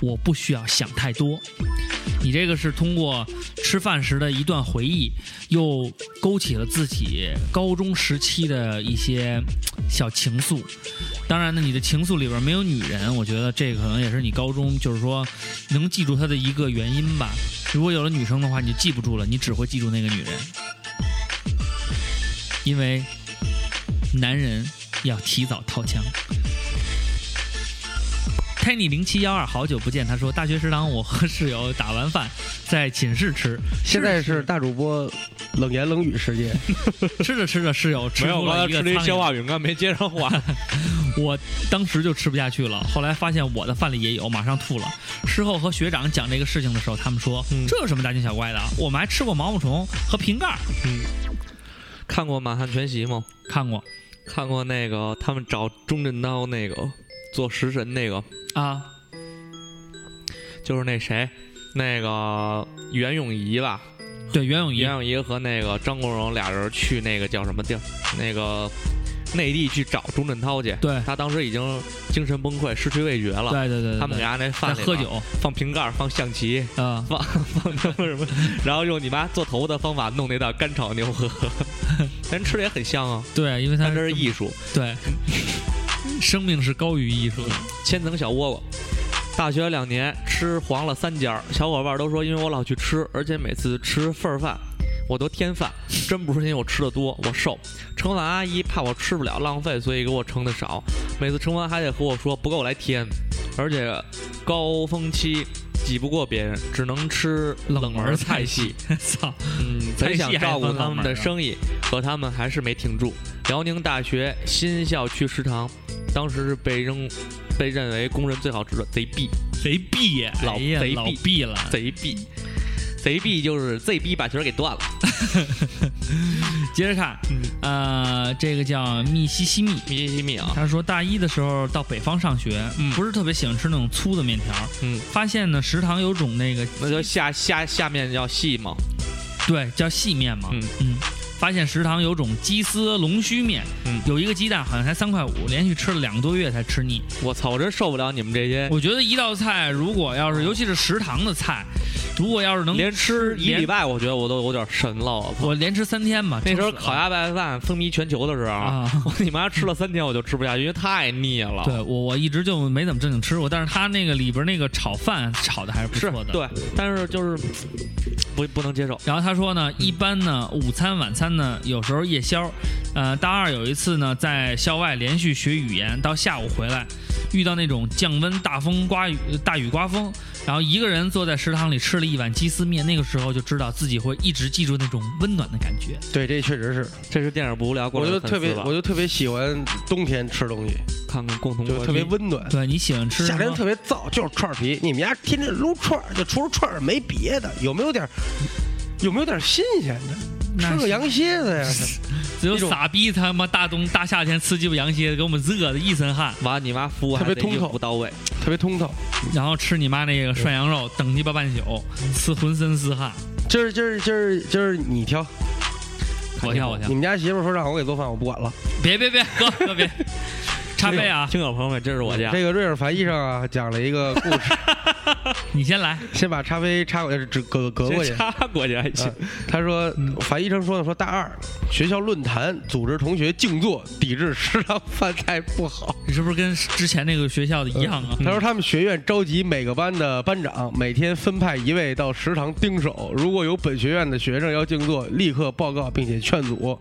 Speaker 3: 我不需要想太多。你这个是通过吃饭时的一段回忆，又勾起了自己高中时期的一些小情愫。当然呢，你的情愫里边没有女人，我觉得这可能也是你高中就是说能记住她的一个原因吧。如果有了女生的话，你就记不住了，你只会记住那个女人，因为男人要提早掏枪。Tiny 零七幺二，好久不见。他说，大学食堂我和室友打完饭在寝室吃，
Speaker 5: 现在是大主播冷言冷语时间，
Speaker 3: 吃着吃着室友吃
Speaker 4: 没
Speaker 3: 出
Speaker 4: 有，我
Speaker 3: 了
Speaker 4: 刚
Speaker 3: 一个
Speaker 4: 才吃一
Speaker 3: 苍
Speaker 4: 消
Speaker 3: 蝇，
Speaker 4: 化饼干没接上话，
Speaker 3: 我当时就吃不下去了。后来发现我的饭里也有，马上吐了。事后和学长讲这个事情的时候，他们说、
Speaker 4: 嗯
Speaker 3: 这有什么大惊小怪的？我们还吃过毛毛虫和瓶盖儿，
Speaker 4: 看过《满汉全席》吗？
Speaker 3: 看过
Speaker 4: 看过那个他们找钟镇涛那个做食神那个，
Speaker 3: 啊。
Speaker 4: 就是那谁，那个袁咏仪吧，
Speaker 3: 对，袁咏仪
Speaker 4: 袁咏仪和那个张国荣俩人去那个叫什么地儿，那个内地去找钟镇涛去。
Speaker 3: 对
Speaker 4: 他当时已经精神崩溃，失去味觉了。
Speaker 3: 对对对对，
Speaker 4: 他们给
Speaker 3: 对
Speaker 4: 他那
Speaker 3: 在
Speaker 4: 饭里
Speaker 3: 喝
Speaker 4: 头
Speaker 3: 酒
Speaker 4: 放瓶盖儿，放象棋，
Speaker 3: 啊。
Speaker 4: 放 放他们什么，然后用你妈做头的方法弄那道干炒牛河， 人吃的也很香啊。
Speaker 3: 对，因为他
Speaker 4: 但这是艺术，
Speaker 3: 对，生命是高于艺术的。
Speaker 4: 千层小窝瓜。大学两年吃黄了三家儿，小伙伴都说因为我老去吃，而且每次吃份儿饭，我都添饭，真不是因为我吃的多，我瘦。盛饭阿姨怕我吃不了浪费，所以给我盛的少。每次盛完还得和我说不够来添，而且高峰期挤不过别人，只能吃冷门菜系。
Speaker 3: 操，
Speaker 4: 嗯，
Speaker 3: 菜
Speaker 4: 很
Speaker 3: 系
Speaker 4: 想
Speaker 3: 还
Speaker 4: 照顾
Speaker 3: 分
Speaker 4: 他
Speaker 3: 冷门
Speaker 4: 们的
Speaker 3: 啊
Speaker 4: 生意，可他们还是没挺住。辽宁大学新校区食堂，当时是被扔，被认为工人最好吃的贼逼
Speaker 3: 贼闭呀，
Speaker 4: 老
Speaker 3: 哎呀
Speaker 4: 贼
Speaker 3: 老
Speaker 4: 闭
Speaker 3: 闭了。
Speaker 4: 贼逼贼逼就是贼逼把腿儿给断了。
Speaker 3: 接着看，
Speaker 4: 嗯
Speaker 3: 呃，这个叫密西西密。
Speaker 4: 咪西咪啊，
Speaker 3: 他说大一的时候到北方上学，
Speaker 4: 嗯
Speaker 3: 不是特别喜欢吃那种粗的面条，
Speaker 4: 嗯，
Speaker 3: 发现呢食堂有种那个
Speaker 4: 那就下下下面要细嘛，
Speaker 3: 对叫细面嘛，
Speaker 4: 嗯
Speaker 3: 发现食堂有种鸡丝龙须面，
Speaker 4: 嗯
Speaker 3: 有一个鸡蛋好像才三块五，连续吃了两个多月才吃腻。
Speaker 4: 我操，我真受不了你们这些
Speaker 3: 我觉得一道菜如果要是尤其是食堂的菜，如果要是能
Speaker 4: 连吃一
Speaker 3: 连
Speaker 4: 礼拜，我觉得我都有点神了。我操
Speaker 3: 我连吃三天吧，
Speaker 4: 那时候
Speaker 3: 撑死了
Speaker 4: 烤鸭白饭风靡全球的时候，
Speaker 3: 啊。
Speaker 4: 我你妈吃了三天我就吃不下去，因为太腻了。
Speaker 3: 对我，我一直就没怎么正经吃过，但是他那个里边那个炒饭炒的还是不
Speaker 4: 是
Speaker 3: 错的。
Speaker 4: 对，但是就是不不能接受。
Speaker 3: 然后他说呢，一般呢，午餐、晚餐呢，有时候夜宵。呃，大二有一次呢，在校外连续学语言，到下午回来，遇到那种降温、大风刮雨、大雨刮风，然后一个人坐在食堂里吃了一碗鸡丝面，那个时候就知道自己会一直记住那种温暖的感觉。
Speaker 5: 对，这确实是，
Speaker 4: 这是电影不无聊过
Speaker 5: 我
Speaker 4: 来
Speaker 5: 就
Speaker 4: 的粉丝
Speaker 5: 特
Speaker 4: 吧，
Speaker 5: 别，我就特别喜欢冬天吃东西，
Speaker 4: 看看共同
Speaker 5: 就
Speaker 4: 国
Speaker 5: 特别
Speaker 4: 际
Speaker 5: 温暖。
Speaker 3: 对你喜欢吃什
Speaker 5: 夏
Speaker 3: 么
Speaker 5: 天特别燥，就是串儿皮。你们家天天撸串儿，就除了串儿没别的，有没有点儿有没有点儿新鲜的？
Speaker 3: 那
Speaker 5: 吃个
Speaker 3: 是
Speaker 5: 羊蝎 子呀，
Speaker 3: 只有
Speaker 5: 一种
Speaker 3: 傻逼他妈大冬大夏天吃鸡巴羊蝎子，给我们热的一身汗，
Speaker 4: 完你妈服务还
Speaker 5: 特别
Speaker 4: 得
Speaker 5: 通
Speaker 4: 一
Speaker 5: 透
Speaker 4: 不到位，
Speaker 5: 特别通透。
Speaker 3: 然后吃你妈那个涮羊肉，等鸡巴半宿，吃浑身是汗。
Speaker 5: 今儿今儿今儿今儿你挑，
Speaker 3: 我跳我跳
Speaker 5: 你，们家媳妇儿说让我给做饭，我不管了。
Speaker 3: 别别别，哥哥别插杯啊！
Speaker 4: 听友朋友们，这是我家。
Speaker 5: 这个瑞尔凡医生啊，讲了一个故事，
Speaker 3: 你先来，
Speaker 5: 先把茶杯插过去，只隔隔过去
Speaker 4: 先。插过去还行
Speaker 5: 啊，他说，樊医生说呢，说大二学校论坛组织同学静坐抵制食堂饭菜不好。
Speaker 3: 你是不是跟之前那个学校的一样
Speaker 4: 嗯
Speaker 3: 啊？
Speaker 5: 他说他们学院召集每个班的班长，每天分派一位到食堂盯守，如果有本学院的学生要静坐，立刻报告并且劝阻。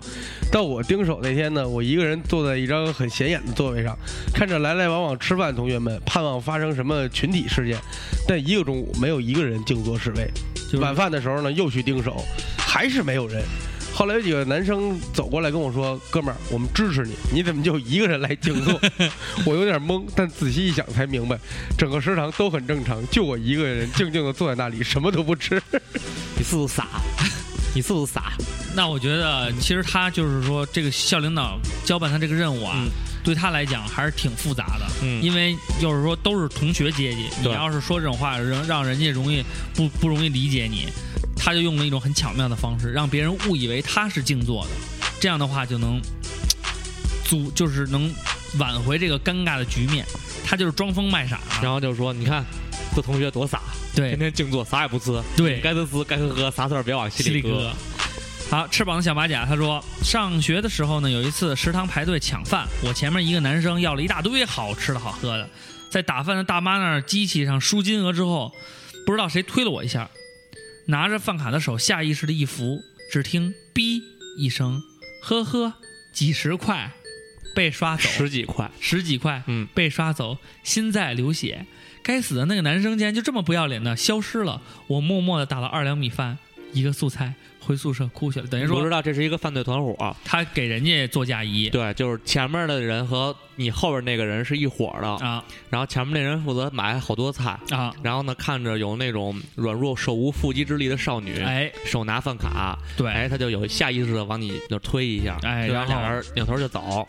Speaker 5: 到我盯守那天呢，我一个人坐在一张很显眼的座位上，看着来来往往吃饭同学们，盼望发生什么群体事件，但一个中午没有一个人静坐示威。
Speaker 3: 就是
Speaker 5: 晚饭的时候呢，又去盯守，还是没有人。后来有几个男生走过来跟我说：“哥们儿，我们支持你，你怎么就一个人来静坐？”我有点懵，但仔细一想才明白，整个食堂都很正常，就我一个人静静的坐在那里，什么都不吃。
Speaker 4: 你速度撒，你速度
Speaker 3: 啊
Speaker 4: 撒，
Speaker 3: 那我觉得其实他就是说，这个校领导交办他这个任务啊，
Speaker 4: 嗯
Speaker 3: 对他来讲还是挺复杂的。
Speaker 4: 嗯
Speaker 3: 因为就是说都是同学阶级，你
Speaker 4: 对
Speaker 3: 要是说这种话，让让人家容易不不容易理解你，他就用了一种很巧妙的方式，让别人误以为他是静坐的，这样的话就能阻，就是能挽回这个尴尬的局面。他就是装疯卖傻，啊
Speaker 4: 然后就说你看这同学多撒，天
Speaker 3: 对
Speaker 4: 天静坐啥也不吃，
Speaker 3: 对
Speaker 4: 该吃吃该喝喝，啥事儿别往
Speaker 3: 犀
Speaker 4: 心
Speaker 3: 利
Speaker 4: 里搁
Speaker 3: 哥。好，翅膀的小马甲他说，上学的时候呢，有一次食堂排队抢饭，我前面一个男生要了一大堆好吃的好喝的，在打饭的大妈那儿机器上输金额之后，不知道谁推了我一下，拿着饭卡的手下意识的一扶，只听“哔”一声，呵呵，几十块被刷走，
Speaker 4: 十几块，
Speaker 3: 十几块，
Speaker 4: 嗯，
Speaker 3: 被刷走，心在流血。该死的那个男生竟然就这么不要脸的消失了。我默默的打了二两米饭，一个素菜，回宿舍哭去了。等于
Speaker 4: 嗯不知
Speaker 3: 说
Speaker 4: 道这是一个犯罪团伙、
Speaker 3: 他给人家做嫁衣
Speaker 4: 对，就是前面的人和你后边那个人是一伙儿的，
Speaker 3: 啊
Speaker 4: 然后前面那人负责买好多菜，
Speaker 3: 啊！
Speaker 4: 然后呢看着有那种软弱手无缚鸡之力的少女，
Speaker 3: 哎，
Speaker 4: 手拿饭卡，
Speaker 3: 对，
Speaker 4: 哎，他就有下意识的往你那推一下，
Speaker 3: 哎
Speaker 4: 就
Speaker 3: 然
Speaker 4: 让
Speaker 3: 后
Speaker 4: 俩人扭头就走，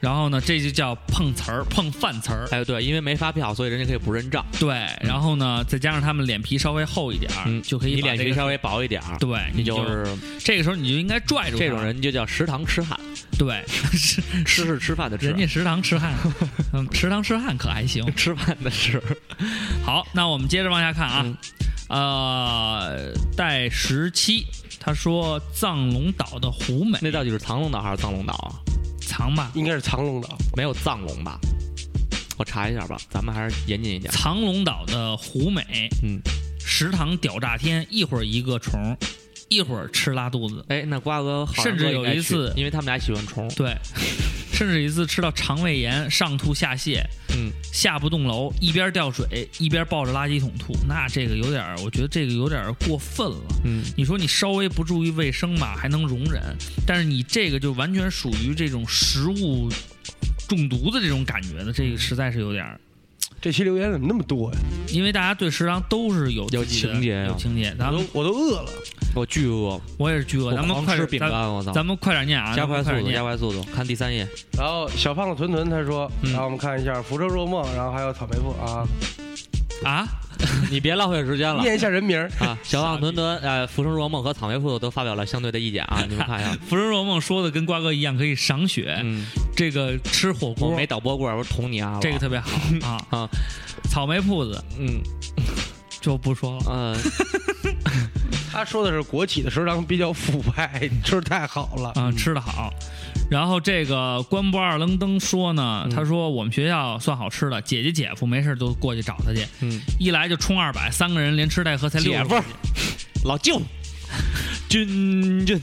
Speaker 3: 然后呢，这就叫碰瓷儿、碰饭词儿。
Speaker 4: 哎，对，因为没发票，所以人家可以不认账，
Speaker 3: 对，然后呢，再加上他们脸皮稍微厚一点儿，
Speaker 4: 嗯
Speaker 3: 就可以
Speaker 4: 你
Speaker 3: 把
Speaker 4: 脸
Speaker 3: 这
Speaker 4: 皮
Speaker 3: 个
Speaker 4: 稍微薄一点儿，
Speaker 3: 对，
Speaker 4: 你
Speaker 3: 就
Speaker 4: 就是
Speaker 3: 这个时候你就应该拽住
Speaker 4: 这种
Speaker 3: 他，
Speaker 4: 人就叫食堂痴汉，
Speaker 3: 对，是
Speaker 4: 吃是吃饭的吃
Speaker 3: 人，家食堂吃 汉，嗯，食堂吃汉可还行。
Speaker 4: 吃饭的吃，
Speaker 3: 好，那我们接着往下看啊，呃，带十七，他说藏龙岛的湖美
Speaker 4: 那到底是藏龙岛还是藏龙岛啊？
Speaker 3: 藏吧，
Speaker 5: 应该是藏龙岛。
Speaker 4: 没有藏龙吧？我查一下吧，咱们还是严谨一点。
Speaker 3: 藏龙岛的湖美，
Speaker 4: 嗯，
Speaker 3: 食堂屌炸天，一会儿一个虫，一会儿吃拉肚子，
Speaker 4: 哎，那瓜哥好像
Speaker 3: 甚至有一次
Speaker 4: 应该去因为他们俩喜欢虫，
Speaker 3: 对， 甚至有一次吃到肠胃炎，上吐下泻，
Speaker 4: 嗯，
Speaker 3: 下不动楼，一边掉水一边抱着垃圾桶吐，那这个有点儿，我觉得这个有点儿过分了。
Speaker 4: 嗯，
Speaker 3: 你说你稍微不注意卫生吧，还能容忍，但是你这个就完全属于这种食物中毒的这种感觉的，这个实在是有点儿。
Speaker 5: 这期留言怎么那么多呀？
Speaker 3: 因为大家对食堂都是有
Speaker 4: 有
Speaker 3: 自己的
Speaker 4: 情节啊
Speaker 3: 有情节。咱
Speaker 5: 我
Speaker 3: 们
Speaker 5: 都我都饿了。
Speaker 4: 我巨饿，
Speaker 3: 我也是巨饿，
Speaker 4: 我
Speaker 3: 咱们
Speaker 4: 狂
Speaker 3: 快
Speaker 4: 吃
Speaker 3: 点，
Speaker 4: 饼
Speaker 3: 咱
Speaker 4: 干，我操！
Speaker 3: 咱们快点念啊，
Speaker 4: 加快
Speaker 3: 咱们快点
Speaker 4: 速度，加
Speaker 3: 念。
Speaker 4: 快速度，看第 三页，
Speaker 5: 然后小胖子屯屯他说，
Speaker 4: 嗯
Speaker 5: 然后我们看一下《福州若梦》，然后还有草莓铺啊，
Speaker 3: 啊！
Speaker 4: 你别浪费时间了。
Speaker 5: 念一下人名儿。
Speaker 4: 啊， 小胖屯屯，呃，浮生若梦和草莓铺都发表了相对的意见啊，你们看 一下。
Speaker 3: 福州若梦说的跟瓜哥一样，可以赏雪，
Speaker 4: 嗯，
Speaker 3: 这个吃火
Speaker 4: 我
Speaker 3: 锅
Speaker 4: 没，导播过，我捅你啊！
Speaker 3: 这个
Speaker 4: 他，
Speaker 3: 特别好啊
Speaker 4: 啊！
Speaker 3: 草莓铺子
Speaker 4: 嗯
Speaker 3: 就不说了，
Speaker 4: 呃，
Speaker 5: 他说的是国企的食堂比较腐败， 吃太好了。
Speaker 4: 嗯
Speaker 3: 啊，吃的好。然后这个关不二愣登说呢，
Speaker 4: 嗯
Speaker 3: 他说我们学校算好吃的，姐姐姐夫没事都过去找他去，
Speaker 4: 嗯，
Speaker 3: 一来就充二百，三个人连吃带喝才六
Speaker 4: 姐
Speaker 3: 十
Speaker 4: 夫
Speaker 3: 块
Speaker 4: 儿
Speaker 3: 钱，
Speaker 4: 老 舅，君君，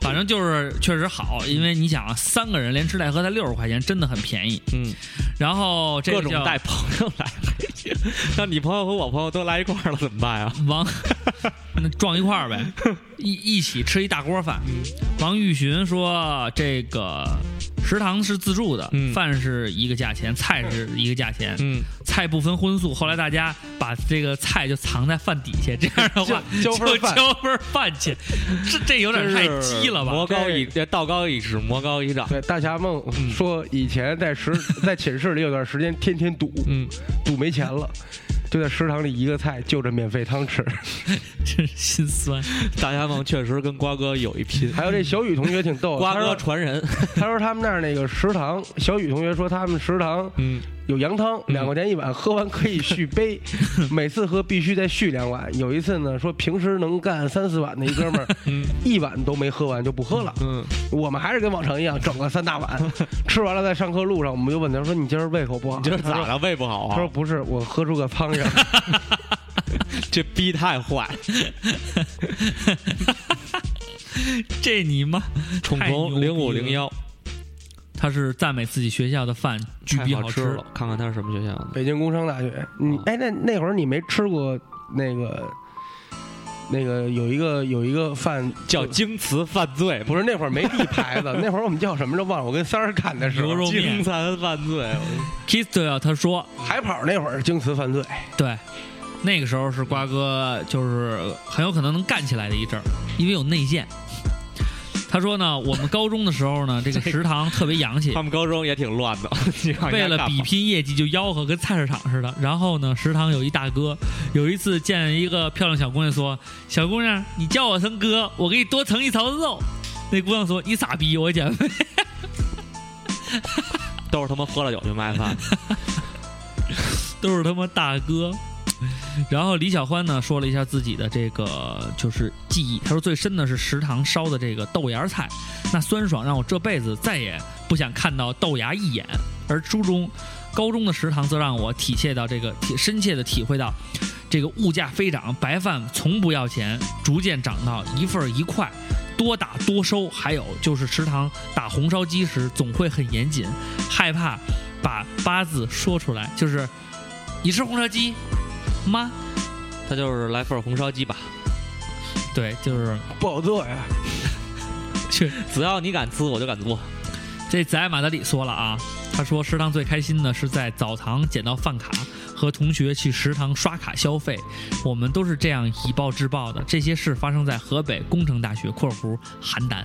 Speaker 3: 反正就是确实好，因为你想啊，三个人连吃带喝才六十块钱，真的很便宜。
Speaker 4: 嗯，
Speaker 3: 然后这
Speaker 4: 各
Speaker 3: 个
Speaker 4: 种
Speaker 3: 叫
Speaker 4: 带朋友来，让你朋友和我朋友都来一块儿了，怎么办呀？啊
Speaker 3: 王， 那撞一块儿呗， 一一起吃一大锅饭。王玉寻说，这个食堂是自助的，
Speaker 4: 嗯
Speaker 3: 饭是一个价钱，菜是一个价钱，
Speaker 4: 嗯，
Speaker 3: 菜不分荤素。后来大家把这个菜就藏在饭底下，这样的话
Speaker 5: 交
Speaker 3: 就
Speaker 5: 交份儿饭
Speaker 3: 交份儿饭去，这这有点太鸡了
Speaker 4: 魔
Speaker 3: 吧？
Speaker 4: 高一道高一尺，魔高一 丈。
Speaker 5: 对，大侠梦
Speaker 4: 嗯
Speaker 5: 说以前在食在寝室里有段时间天天赌，
Speaker 4: 嗯，
Speaker 5: 赌没钱了，就在食堂里一个菜就着免费汤吃。
Speaker 3: 真是心酸。
Speaker 4: 大家梦确实跟瓜哥有一拼，
Speaker 5: 还有这小雨同学挺逗，
Speaker 4: 瓜
Speaker 5: 他
Speaker 4: 哥
Speaker 5: 说
Speaker 4: 传人。
Speaker 5: 他说他们那儿那个食堂，小雨同学说他们食堂
Speaker 4: 嗯，
Speaker 5: 有羊汤，两块钱一碗，喝完可以 续杯，每次喝必须再续两碗。有一次呢，说平时能干三四碗的一 哥们儿，一碗都没喝完就不喝了。
Speaker 4: 嗯，
Speaker 5: 我们还是跟往常一样整了三大碗，吃完了在上课路上，我们就问他说：“你今儿胃口不好？”
Speaker 4: 你这是咋了？胃不好
Speaker 5: 他
Speaker 4: 啊
Speaker 5: 说？不是，我喝出个苍蝇。
Speaker 4: 这逼太坏，
Speaker 3: 这你妈！
Speaker 4: 宠
Speaker 3: 太牛
Speaker 4: 虫
Speaker 3: 逼
Speaker 4: 零五零幺，
Speaker 3: 他是赞美自己学校的饭巨
Speaker 4: 太
Speaker 3: 逼
Speaker 4: 好
Speaker 3: 好
Speaker 4: 吃了。看看他是什么学校的？
Speaker 5: 北京工商大学，你
Speaker 4: 啊
Speaker 5: 哎，那那会儿你没吃过那个那个有一个有一个饭
Speaker 4: 叫京瓷犯罪，不
Speaker 5: 不是那会儿没立牌子，那会儿我们叫什么着忘了。我跟三儿干的时候
Speaker 3: 牛，肉
Speaker 4: 是京
Speaker 3: 面
Speaker 4: 残犯罪。
Speaker 3: Kister 啊他说
Speaker 5: 海跑那会儿京瓷犯罪，
Speaker 3: 对，那个时候是瓜哥，就是很有可能能干起来的一阵儿，因为有内线。他说呢，我们高中的时候呢，这个食堂特别洋气
Speaker 4: 他，们高中也挺乱的，你 看
Speaker 3: 为了比拼业绩就吆喝，跟菜市场似的。然后呢，食堂有一大哥，有一次见一个漂亮小姑娘说：“小姑娘，你叫我声哥，我给你多盛一勺子肉。”那姑娘说：“你傻逼，我减肥。
Speaker 4: 都是他妈喝了酒去卖饭，”
Speaker 3: 都是他妈大哥。然后李小欢呢说了一下自己的这个就是记忆，他说最深的是食堂烧的这个豆芽菜，那酸爽让我这辈子再也不想看到豆芽一眼。而初中、高中的食堂则让我体现到这个体深切的体会到，这个物价飞涨，白饭从不要钱，逐渐涨到一份儿一块。多打多收，还有就是食堂打红烧鸡时总会很严谨，害怕把八字说出来，就是你吃红烧鸡吗？
Speaker 4: 他就是来份红烧鸡吧，
Speaker 3: 对，就是
Speaker 5: 不好做呀。
Speaker 3: 去
Speaker 4: 只要你敢吃，我就敢做。
Speaker 3: 这子爱马德里说了啊，他说食堂最开心的是在澡堂捡到饭卡，和同学去食堂刷卡消费，我们都是这样以暴制暴的。这些事发生在河北工程大学（括弧邯郸）。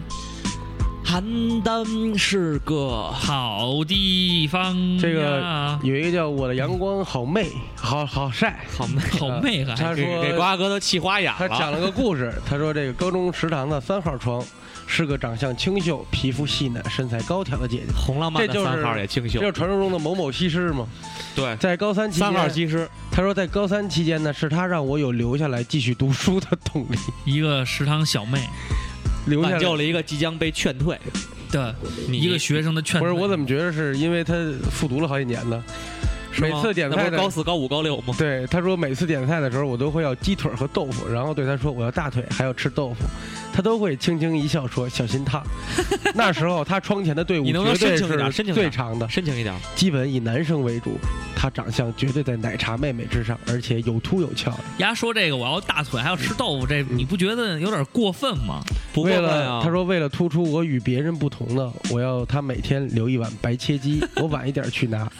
Speaker 4: 邯郸是个
Speaker 3: 好地方呀，
Speaker 4: 嗯
Speaker 5: 这个有一个叫我的阳光好媚，好好晒。
Speaker 4: 好妹，
Speaker 3: 好妹啊还
Speaker 5: 他
Speaker 4: 哎给
Speaker 5: 说
Speaker 4: 给瓜哥都气花眼
Speaker 5: 他讲
Speaker 4: 了。
Speaker 5: 了个故事，他说这个高中食堂的三号床是个长相清秀、皮肤细嫩、身材高挑的姐姐，
Speaker 4: 红浪漫的
Speaker 5: 这就是
Speaker 4: 三号也清
Speaker 5: 这
Speaker 4: 秀
Speaker 5: 就，是传说中的某某西施嘛。
Speaker 4: 对，
Speaker 5: 在高三期
Speaker 4: 三号
Speaker 5: 间，
Speaker 4: 西施，
Speaker 5: 他说在高三期间呢，是他让我有留下来继续读书的动力，
Speaker 3: 一个食堂小妹
Speaker 5: 留下
Speaker 4: 挽救
Speaker 5: 来。
Speaker 4: 了一个即将被劝退。
Speaker 3: 的
Speaker 4: 你
Speaker 3: 一个学生的劝
Speaker 5: 不
Speaker 3: 退。
Speaker 5: 是，我怎么觉得是因为他复读了好几年呢？
Speaker 4: 是
Speaker 5: 每
Speaker 4: 吗
Speaker 5: 次点
Speaker 4: 那不
Speaker 5: 菜
Speaker 4: 是
Speaker 5: 的
Speaker 4: 高四、高五、高六吗？
Speaker 5: 对，他说每次点菜的时候，我都会要鸡腿儿和豆腐，然后对他说我要大腿，还要吃豆腐，他都会轻轻一笑说小心 烫。那时候他窗前的队伍
Speaker 4: 你能不能
Speaker 5: 绝对
Speaker 4: 申请一点
Speaker 5: 是
Speaker 4: 申请一
Speaker 5: 最
Speaker 4: 点
Speaker 5: 长的，
Speaker 4: 深情一点，
Speaker 5: 基本以男生为主，他长相绝对在奶茶妹妹之上，而且有凸有翘。
Speaker 3: 丫说这个我要大腿还要吃豆腐，这你不觉得有点过分吗？
Speaker 4: 不过
Speaker 5: 为
Speaker 4: 分
Speaker 5: 了
Speaker 4: 啊
Speaker 5: 他说为了突出我与别人不同呢，我要他每天留一碗白切鸡，我晚一点去拿。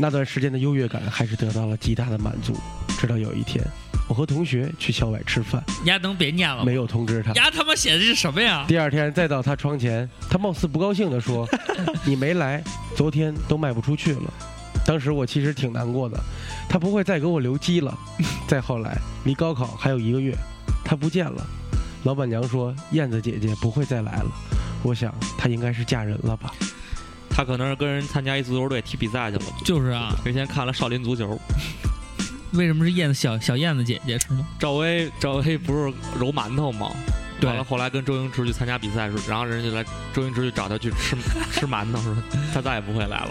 Speaker 5: 那段时间的优越感还是得到了极大的满足。直到有一天，我和同学去校外吃饭，
Speaker 3: 丫能别念了吗
Speaker 5: 没？有通知他。
Speaker 3: 丫他妈写的是什么呀？
Speaker 5: 第二天再到他窗前，他貌似不高兴地说：“你没来，昨天都卖不出去了。”当时我其实挺难过的，他不会再给我留鸡了。再后来，离高考还有一个月，他不见了。老板娘说：“燕子姐姐不会再来了。”我想她应该是嫁人了吧？
Speaker 4: 他可能是跟人参加一足球队踢比赛去了。
Speaker 3: 就是啊，
Speaker 4: 那天看了少林足球，
Speaker 3: 为什么是燕子小小燕子姐姐是吗？
Speaker 4: 赵薇，赵薇不是揉馒头吗？
Speaker 3: 对
Speaker 4: 完了后来跟周星驰去参加比赛时，然后人家就来周星驰就找他去吃 吃馒头，说他再也不会来了。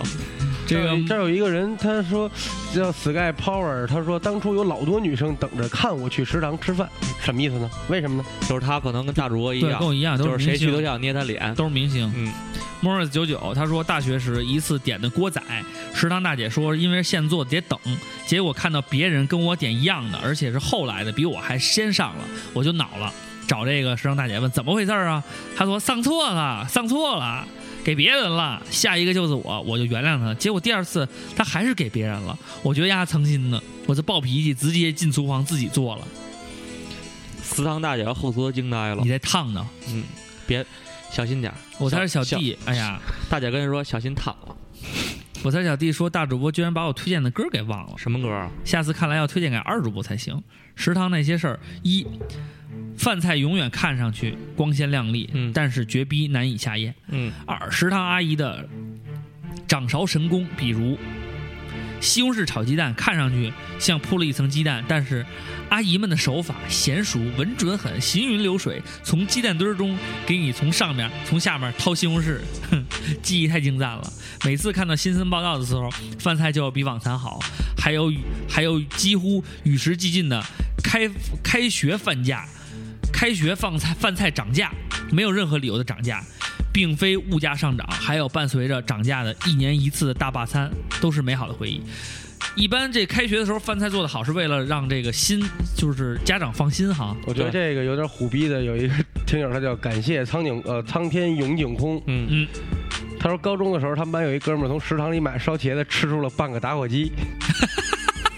Speaker 3: 这个
Speaker 5: 这儿有一个人，他说叫 Sky Power，他说当初有老多女生等着看我去食堂吃饭，什么意思呢？为什么呢？
Speaker 4: 就是他可能跟大主播一
Speaker 3: 对
Speaker 4: 样
Speaker 3: 跟，我一样，
Speaker 4: 就是是谁去都
Speaker 3: 明星
Speaker 4: 想捏他脸。
Speaker 3: 都是明星。
Speaker 4: 嗯，
Speaker 3: Morris 九九他说，大学时一次点的锅仔，食堂大姐说因为现做得等，结果看到别人跟我点一样的，而且是后来的，比我还先上了，我就恼了，找这个食堂大姐问怎么回事儿啊？她说上错了，上错了。给别人了，下一个就是我，我就原谅他。结果第二次他还是给别人了，我觉得丫诚心呢，我这暴脾气直接进厨房自己做了。
Speaker 4: 食堂大姐和后厨惊呆了
Speaker 3: 你，在烫呢，
Speaker 4: 嗯，别小心点儿。
Speaker 3: 我才是小
Speaker 4: 小
Speaker 3: 弟，哎呀，
Speaker 4: 大姐跟人说小心烫了。
Speaker 3: 我才是小弟说大主播居然把我推荐的歌给忘了。
Speaker 4: 什么歌啊？
Speaker 3: 下次看来要推荐给二主播才行。食堂那些事儿，一，饭菜永远看上去光鲜亮丽，
Speaker 4: 嗯
Speaker 3: 但是绝逼难以下咽；
Speaker 4: 嗯，
Speaker 3: 二，食堂阿姨的掌勺神功，比如西红柿炒鸡蛋，看上去像铺了一层鸡蛋，但是阿姨们的手法娴熟、稳准狠、行云流水，从鸡蛋堆儿中给你从上面、从下面掏西红柿，哼，技艺太精湛了。每次看到新闻报道的时候，饭菜就要比往常好，还有还有几乎与时俱进的开开学饭价、开学放菜饭菜涨价，没有任何理由的涨价，并非物价上涨，还有伴随着涨价的一年一次的大坝餐，都是美好的回忆。一般这开学的时候，饭菜做的好是为了让这个心，就是家长放心哈。
Speaker 5: 我觉得这个有点虎逼的，有一个 听友他叫感谢苍井呃苍天永井空，
Speaker 4: 嗯
Speaker 3: 嗯，
Speaker 5: 他说高中的时候他们班有一哥们儿从食堂里买烧茄子吃出了半个打火机，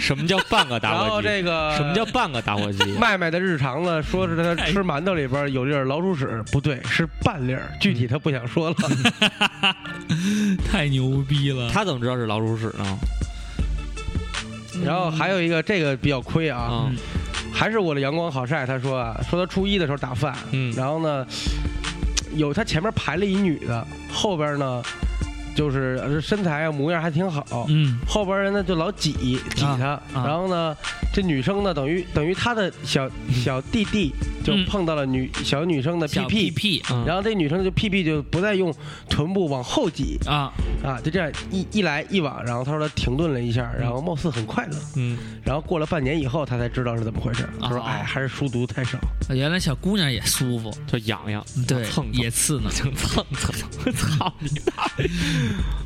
Speaker 4: 什么叫半个打
Speaker 5: 然后
Speaker 4: 火机？
Speaker 5: 这个
Speaker 4: 什么叫半个打火机？
Speaker 5: 麦麦的日常呢？说是他吃馒头里边有粒儿老鼠屎，不对，是半粒儿，具体他不想 说了。
Speaker 3: 太牛逼了！
Speaker 4: 他怎么知道是老鼠屎呢？
Speaker 5: 然后还有一个这个比较亏啊，
Speaker 4: 啊，
Speaker 5: 还是我的阳光好晒，他说啊，说他初一的时候打饭，
Speaker 4: 嗯
Speaker 5: 然后呢，有他前面排了一女的，后边呢。就是呃身材啊模样还挺好，
Speaker 3: 嗯
Speaker 5: 后边人呢就老挤挤
Speaker 3: 啊
Speaker 5: 他，
Speaker 3: 啊
Speaker 5: 然后呢，这女生呢等于等于她的小小弟弟就
Speaker 3: 嗯
Speaker 5: 碰到了女、小女生的屁
Speaker 3: 小
Speaker 5: 屁，
Speaker 3: 屁
Speaker 4: 嗯
Speaker 5: 然后这女生就屁屁就不再用臀部往后挤
Speaker 3: 啊，
Speaker 5: 啊，就这样一一来一往，然后她说她停顿了一
Speaker 3: 嗯
Speaker 5: 下，然后貌似很快乐，
Speaker 4: 嗯，
Speaker 5: 然后过了半年以后，她才知道是怎么回事，她说
Speaker 3: 啊
Speaker 5: 哎还是书读太少，
Speaker 3: 原来小姑娘也舒服，
Speaker 4: 就痒痒，
Speaker 3: 嗯 对，
Speaker 4: 蹭蹭
Speaker 3: 也刺呢。
Speaker 4: 想蹭蹭，操你妈！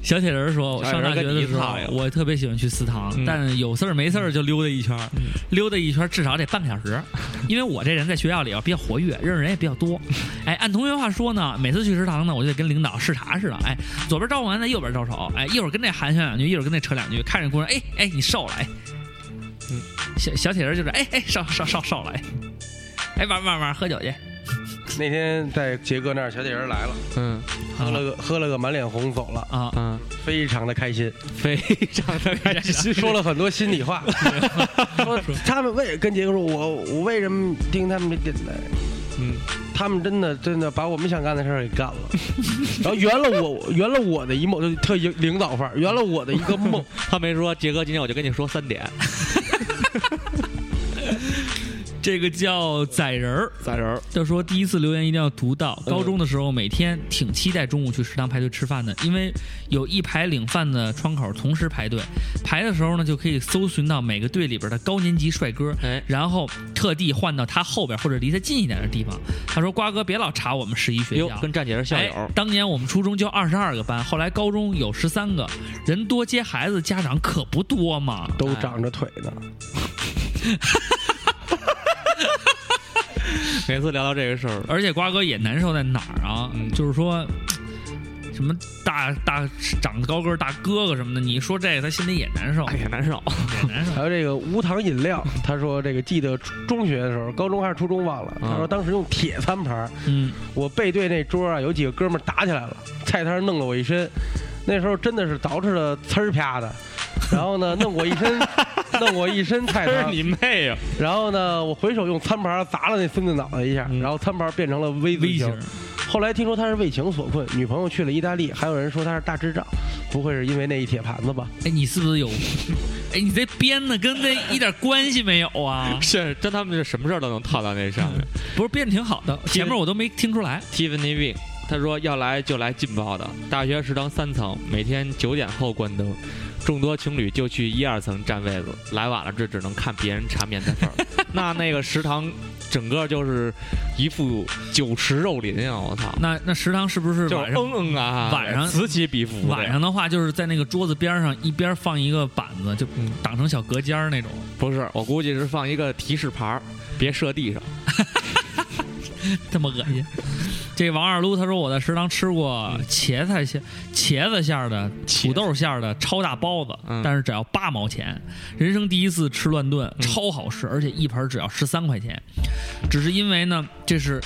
Speaker 3: 小铁人说，我
Speaker 4: 小铁
Speaker 3: 上
Speaker 4: 人
Speaker 3: 大学
Speaker 4: 跟你
Speaker 3: 的时
Speaker 4: 一套呀
Speaker 3: 候，我特别喜欢去祠堂，
Speaker 4: 嗯
Speaker 3: 但有事儿没事儿就溜达一圈儿，溜达一圈儿至少得半个小 时，因为我这人在学校里啊比较活跃，认识人也比较多。哎，按同学话说呢，每次去食堂呢，我就得跟领导视察似的，哎，左边招呼完再右边招手，哎，一会儿跟这寒暄两句，一会儿跟那扯两句，看着姑娘，哎哎，你瘦了，哎，
Speaker 4: 嗯
Speaker 3: 小小铁人就是，哎哎，瘦瘦瘦瘦了，哎，哎，晚晚晚上喝酒去，
Speaker 5: 那天在杰哥那儿，小铁人来了，
Speaker 4: 嗯
Speaker 5: 喝了个喝了个满脸红走了，
Speaker 3: 啊，
Speaker 4: 嗯，
Speaker 5: 非常的开心，
Speaker 4: 非常的开心。
Speaker 5: 说了很多心 里话，说他们为跟杰哥说，我我为什么盯他们这电台？
Speaker 4: 嗯，
Speaker 5: 他们真的真的把我们想干的事儿给干 了，然后圆了我圆了我的一梦，就特领领导范儿，圆了我的一
Speaker 3: 嗯
Speaker 5: 个梦。
Speaker 4: 他没说，杰哥，今天我就跟你说三 点，
Speaker 3: 这个叫宰人儿。
Speaker 4: 三人儿，
Speaker 3: 他说第一次留言一定要读到。
Speaker 4: 嗯
Speaker 3: 高中的时候，每天挺期待中午去食堂排队吃饭的，因为有一排领饭的窗口同时排队，排的时候呢就可以搜寻到每个队里边的高年级帅哥，
Speaker 4: 哎
Speaker 3: 然后特地换到他后边或者离他近一点的地方。他说：“瓜哥，别老查我们十一学
Speaker 4: 哟
Speaker 3: 校，。”
Speaker 4: 跟站姐是校友
Speaker 3: 哎。当年我们初中就二十二个班，后来高中有十三个，人多接孩子，家长可不多嘛。
Speaker 5: 都长着腿呢，
Speaker 4: 每次聊到这个事儿，
Speaker 3: 而且瓜哥也难受在哪儿啊？
Speaker 4: 嗯
Speaker 3: 就是说，什么大大长得高个儿大哥哥什么的，你说这个他心里也难受，
Speaker 4: 哎呀，难 受。
Speaker 3: 也难受。
Speaker 5: 还有这个无糖饮料，他说这个记得初中学的时候，高中还是初中忘了，他说当时用铁餐盘儿，
Speaker 3: 嗯，
Speaker 5: 我背对那桌啊，有几个哥们儿打起来了，菜摊儿弄了我一身。那时候真的是捯饬的呲儿啪的，然后呢，弄我一身，弄我一身菜汤。
Speaker 4: 妹呀！
Speaker 5: 然后呢，我回手用餐盘砸了那孙子脑袋一下，
Speaker 4: 嗯
Speaker 5: 然后餐盘变成了 V 字
Speaker 3: 微型
Speaker 5: 形。后来听说他是为情所困，女朋友去了意大利，还有人说他是大智障，不会是因为那一铁盘子吧？
Speaker 3: 哎，你是不是有？哎，你这编的跟那一点关系没有啊？
Speaker 4: 是，真他们是什么事儿都能套到那上面。
Speaker 3: 不是编的挺好的，前面我都没听出来。
Speaker 4: Tiffany Wing，他说要来就来劲爆的，大学食堂三层，每天九点后关灯，众多情侣就去一二层占位子，来晚了这只能看别人查面子份 儿。那那个食堂整个就是一副酒池肉林啊！我操，
Speaker 3: 那那食堂是不是
Speaker 4: 就
Speaker 3: 晚
Speaker 4: 是
Speaker 3: 上？
Speaker 4: 嗯嗯啊，
Speaker 3: 晚上
Speaker 4: 此起彼伏的，
Speaker 3: 晚上的话，就是在那个桌子边上，一边放一个板子，就
Speaker 4: 嗯
Speaker 3: 挡成小隔间儿那种。
Speaker 4: 不是，我估计是放一个提示牌儿，别射地上。
Speaker 3: 这么恶心。这王二撸他说我在食堂吃过茄菜馅、茄子馅儿的、
Speaker 4: 嗯茄
Speaker 3: 土豆馅儿的超大包子，
Speaker 4: 嗯
Speaker 3: 但是只要八毛钱。人生第一次吃乱炖，超好吃，而且一盘只要十三块钱。只是因为呢，这是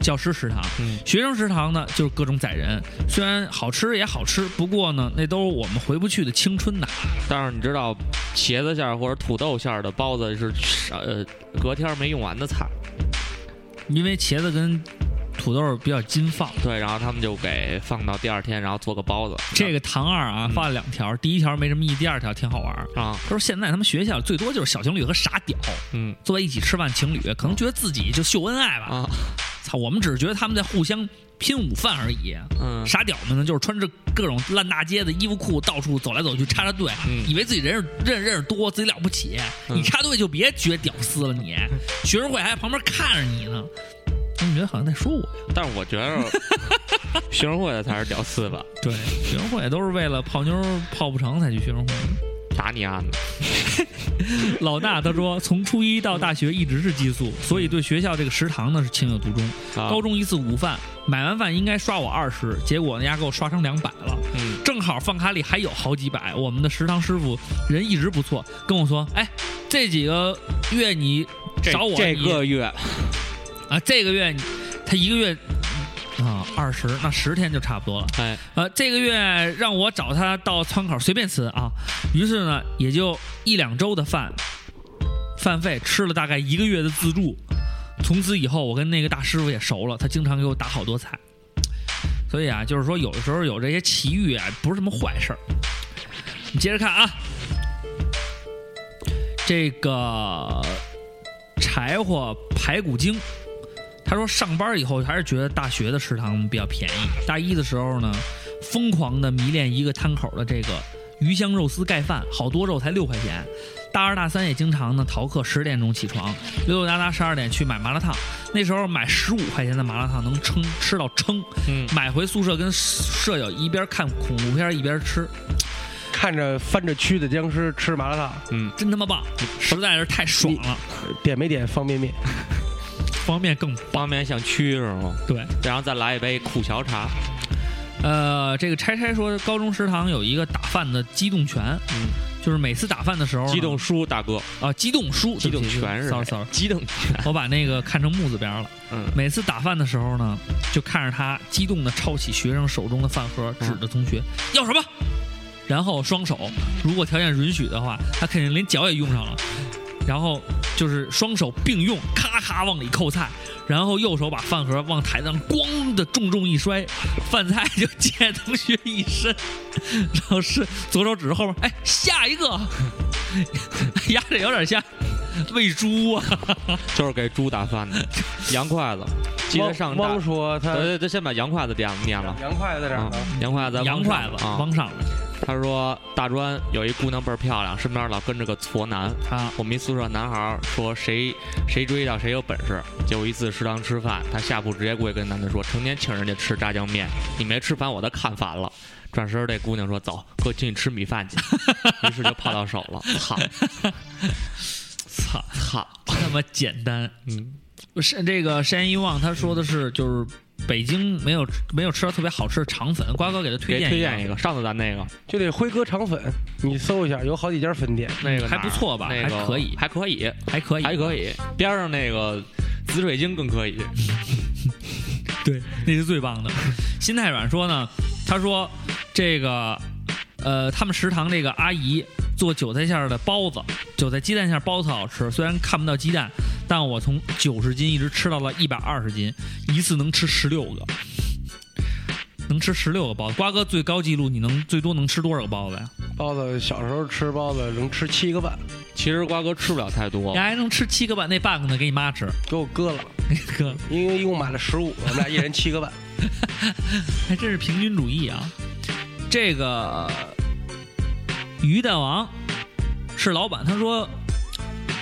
Speaker 3: 教师食堂，
Speaker 4: 嗯
Speaker 3: 学生食堂呢就是各种宰人。虽然好吃也好吃，不过呢，那都是我们回不去的青春呐。
Speaker 4: 但是你知道，茄子馅儿或者土豆馅儿的包子是呃隔天儿没用完的菜。
Speaker 3: 因为茄子跟土豆比较金放。
Speaker 4: 对，然后他们就给放到第二天，然后做个包子。
Speaker 3: 这个糖二
Speaker 4: 嗯
Speaker 3: 啊发了两条，第一条没什么意义，第二条挺好玩儿。
Speaker 4: 啊，
Speaker 3: 他说现在他们学校最多就是小情侣和傻屌
Speaker 4: 嗯
Speaker 3: 坐在一起吃饭，情侣可能觉得自己就秀恩爱吧。
Speaker 4: 啊，
Speaker 3: 操，我们只是觉得他们在互相拼午饭而已。
Speaker 4: 嗯，
Speaker 3: 傻屌们呢，就是穿着各种烂大街的衣服裤，到处走来走去插插队，
Speaker 4: 嗯
Speaker 3: 以为自己人是认认识多，自己了不起。
Speaker 4: 嗯
Speaker 3: 你插队就别觉得屌丝了你，学生会还在旁边看着你呢。哎你觉得好像在说我呀？
Speaker 4: 但是我觉得 学生会的才是屌丝吧，
Speaker 3: 对，学生会都是为了泡妞泡不成才去学生会。
Speaker 4: 打你啊案子。
Speaker 3: 老大他说，从初一到大学一直是寄宿，
Speaker 4: 嗯
Speaker 3: 所以对学校这个食堂呢是情有独钟。
Speaker 4: 啊
Speaker 3: 高中一次午饭，买完饭应该刷我二十，结果呢，丫给我刷成两百了。
Speaker 4: 嗯
Speaker 3: 正好饭卡里还有好几百。我们的食堂师傅人一直不错，跟我说，哎，这几个月你
Speaker 4: 这
Speaker 3: 找我
Speaker 4: 这
Speaker 3: 你
Speaker 4: 个月
Speaker 3: 啊，这个月你他一个月啊二十，那十天就差不多了。
Speaker 4: 哎
Speaker 3: 呃，这个月让我找他到窗口随便吃啊，于是呢，也就一两周的饭，饭费吃了大概一个月的自助。从此以后，我跟那个大师傅也熟了，他经常给我打好多菜。所以啊，就是说有的时候有这些奇遇啊，不是什么坏事儿。你接着看啊，这个柴火排骨精，他说上班以后还是觉得大学的食堂比较便宜。大一的时候呢，疯狂的迷恋一个摊口的这个鱼香肉丝盖饭，好多肉才六块钱。大二大三也经常呢逃课，十点钟起床，溜溜达达十二点去买麻辣烫。那时候买十五块钱的麻辣烫能撑吃到撑，
Speaker 4: 嗯，
Speaker 3: 买回宿舍跟舍友一边看恐怖片一边吃，
Speaker 5: 看着翻着蛆的僵尸吃麻辣烫，
Speaker 3: 真他妈棒，实在是太爽了。
Speaker 5: 点没点方便面？
Speaker 3: 方便更
Speaker 4: 方便像蛆似的，
Speaker 3: 对。
Speaker 4: 然后再来一杯苦荞茶。
Speaker 3: 呃，这个拆拆说，高中食堂有一个打饭的机动拳，
Speaker 4: 嗯，
Speaker 3: 就是每次打饭的时候呢，
Speaker 4: 激动叔大哥，
Speaker 3: 啊，机动书，
Speaker 4: 激动拳是哎
Speaker 3: ，sorry sorry，
Speaker 4: 激动拳，
Speaker 3: 我把那个看成木字边了。
Speaker 4: 嗯，
Speaker 3: 每次打饭的时候呢，就看着他激动地抄起学生手中的饭盒，指着同学、要什么，然后双手，如果条件允许的话，他肯定连脚也用上了，然后就是双手并用，咔咔往里扣菜，然后右手把饭盒往台子上咣的重重一摔，饭菜就溅同学一身，老师左手指着后面，哎，下一个， 压着有点像喂猪啊，
Speaker 4: 就是给猪打饭的，洋筷子。记得上大
Speaker 5: 汪，汪说他
Speaker 4: 对对对，先把洋筷子点念了。
Speaker 5: 洋筷子在这儿
Speaker 4: 啊
Speaker 5: 呢。，
Speaker 4: 洋筷子，
Speaker 3: 洋筷子
Speaker 4: 啊。
Speaker 3: 往上了
Speaker 4: 他说大专有一姑娘倍儿漂亮，身边老跟着个矬男。
Speaker 3: 啊。
Speaker 4: 我们一宿舍男孩儿说谁谁追到谁有本事。结果一次食堂吃饭，他下铺直接过去跟男的说：“成天请人家吃炸酱面，你没吃烦我都看烦了。”转身这姑娘说：“走，哥请你吃米饭去。”于是就泡到手了。 操
Speaker 3: 操，
Speaker 4: 操，
Speaker 3: 那么简单。
Speaker 4: 嗯，
Speaker 3: 是这个山一望他说的是，就是北京没有没有吃到特别好吃的肠粉，瓜哥给他推
Speaker 4: 给
Speaker 3: 荐
Speaker 4: 推荐
Speaker 3: 一
Speaker 4: 一个，上次咱那个
Speaker 5: 就得辉哥肠粉，你搜一下，有好几家分店。
Speaker 4: 那个
Speaker 3: 还
Speaker 4: 哪
Speaker 3: 不
Speaker 4: 儿
Speaker 3: 错吧
Speaker 4: 那个
Speaker 3: 还可以哎
Speaker 4: 还可以，
Speaker 3: 个，还可以，
Speaker 4: 还可
Speaker 3: 以，
Speaker 4: 以。边上那个紫水晶更可以。
Speaker 3: 对，那是最棒的。心太软说呢，他说这个呃，他们食堂这个阿姨做韭菜馅儿的包子，韭菜鸡蛋馅儿包子好吃，虽然看不到鸡蛋，但我从九十斤一直吃到了一百二十斤，一次能吃十六个。能吃十六个包子，瓜哥最高记录，你能最多能吃多少个包子呀？
Speaker 5: 包子小时候吃包子能吃七个半，
Speaker 4: 其实瓜哥吃不了太多
Speaker 3: 你，还能吃七个半，那半个呢给你妈吃。
Speaker 5: 给我割了，
Speaker 3: 哥，
Speaker 5: 因为一共买了十五，我们俩一人七个半。
Speaker 3: 还真是平均主义啊！这个鱼蛋王是老板，他说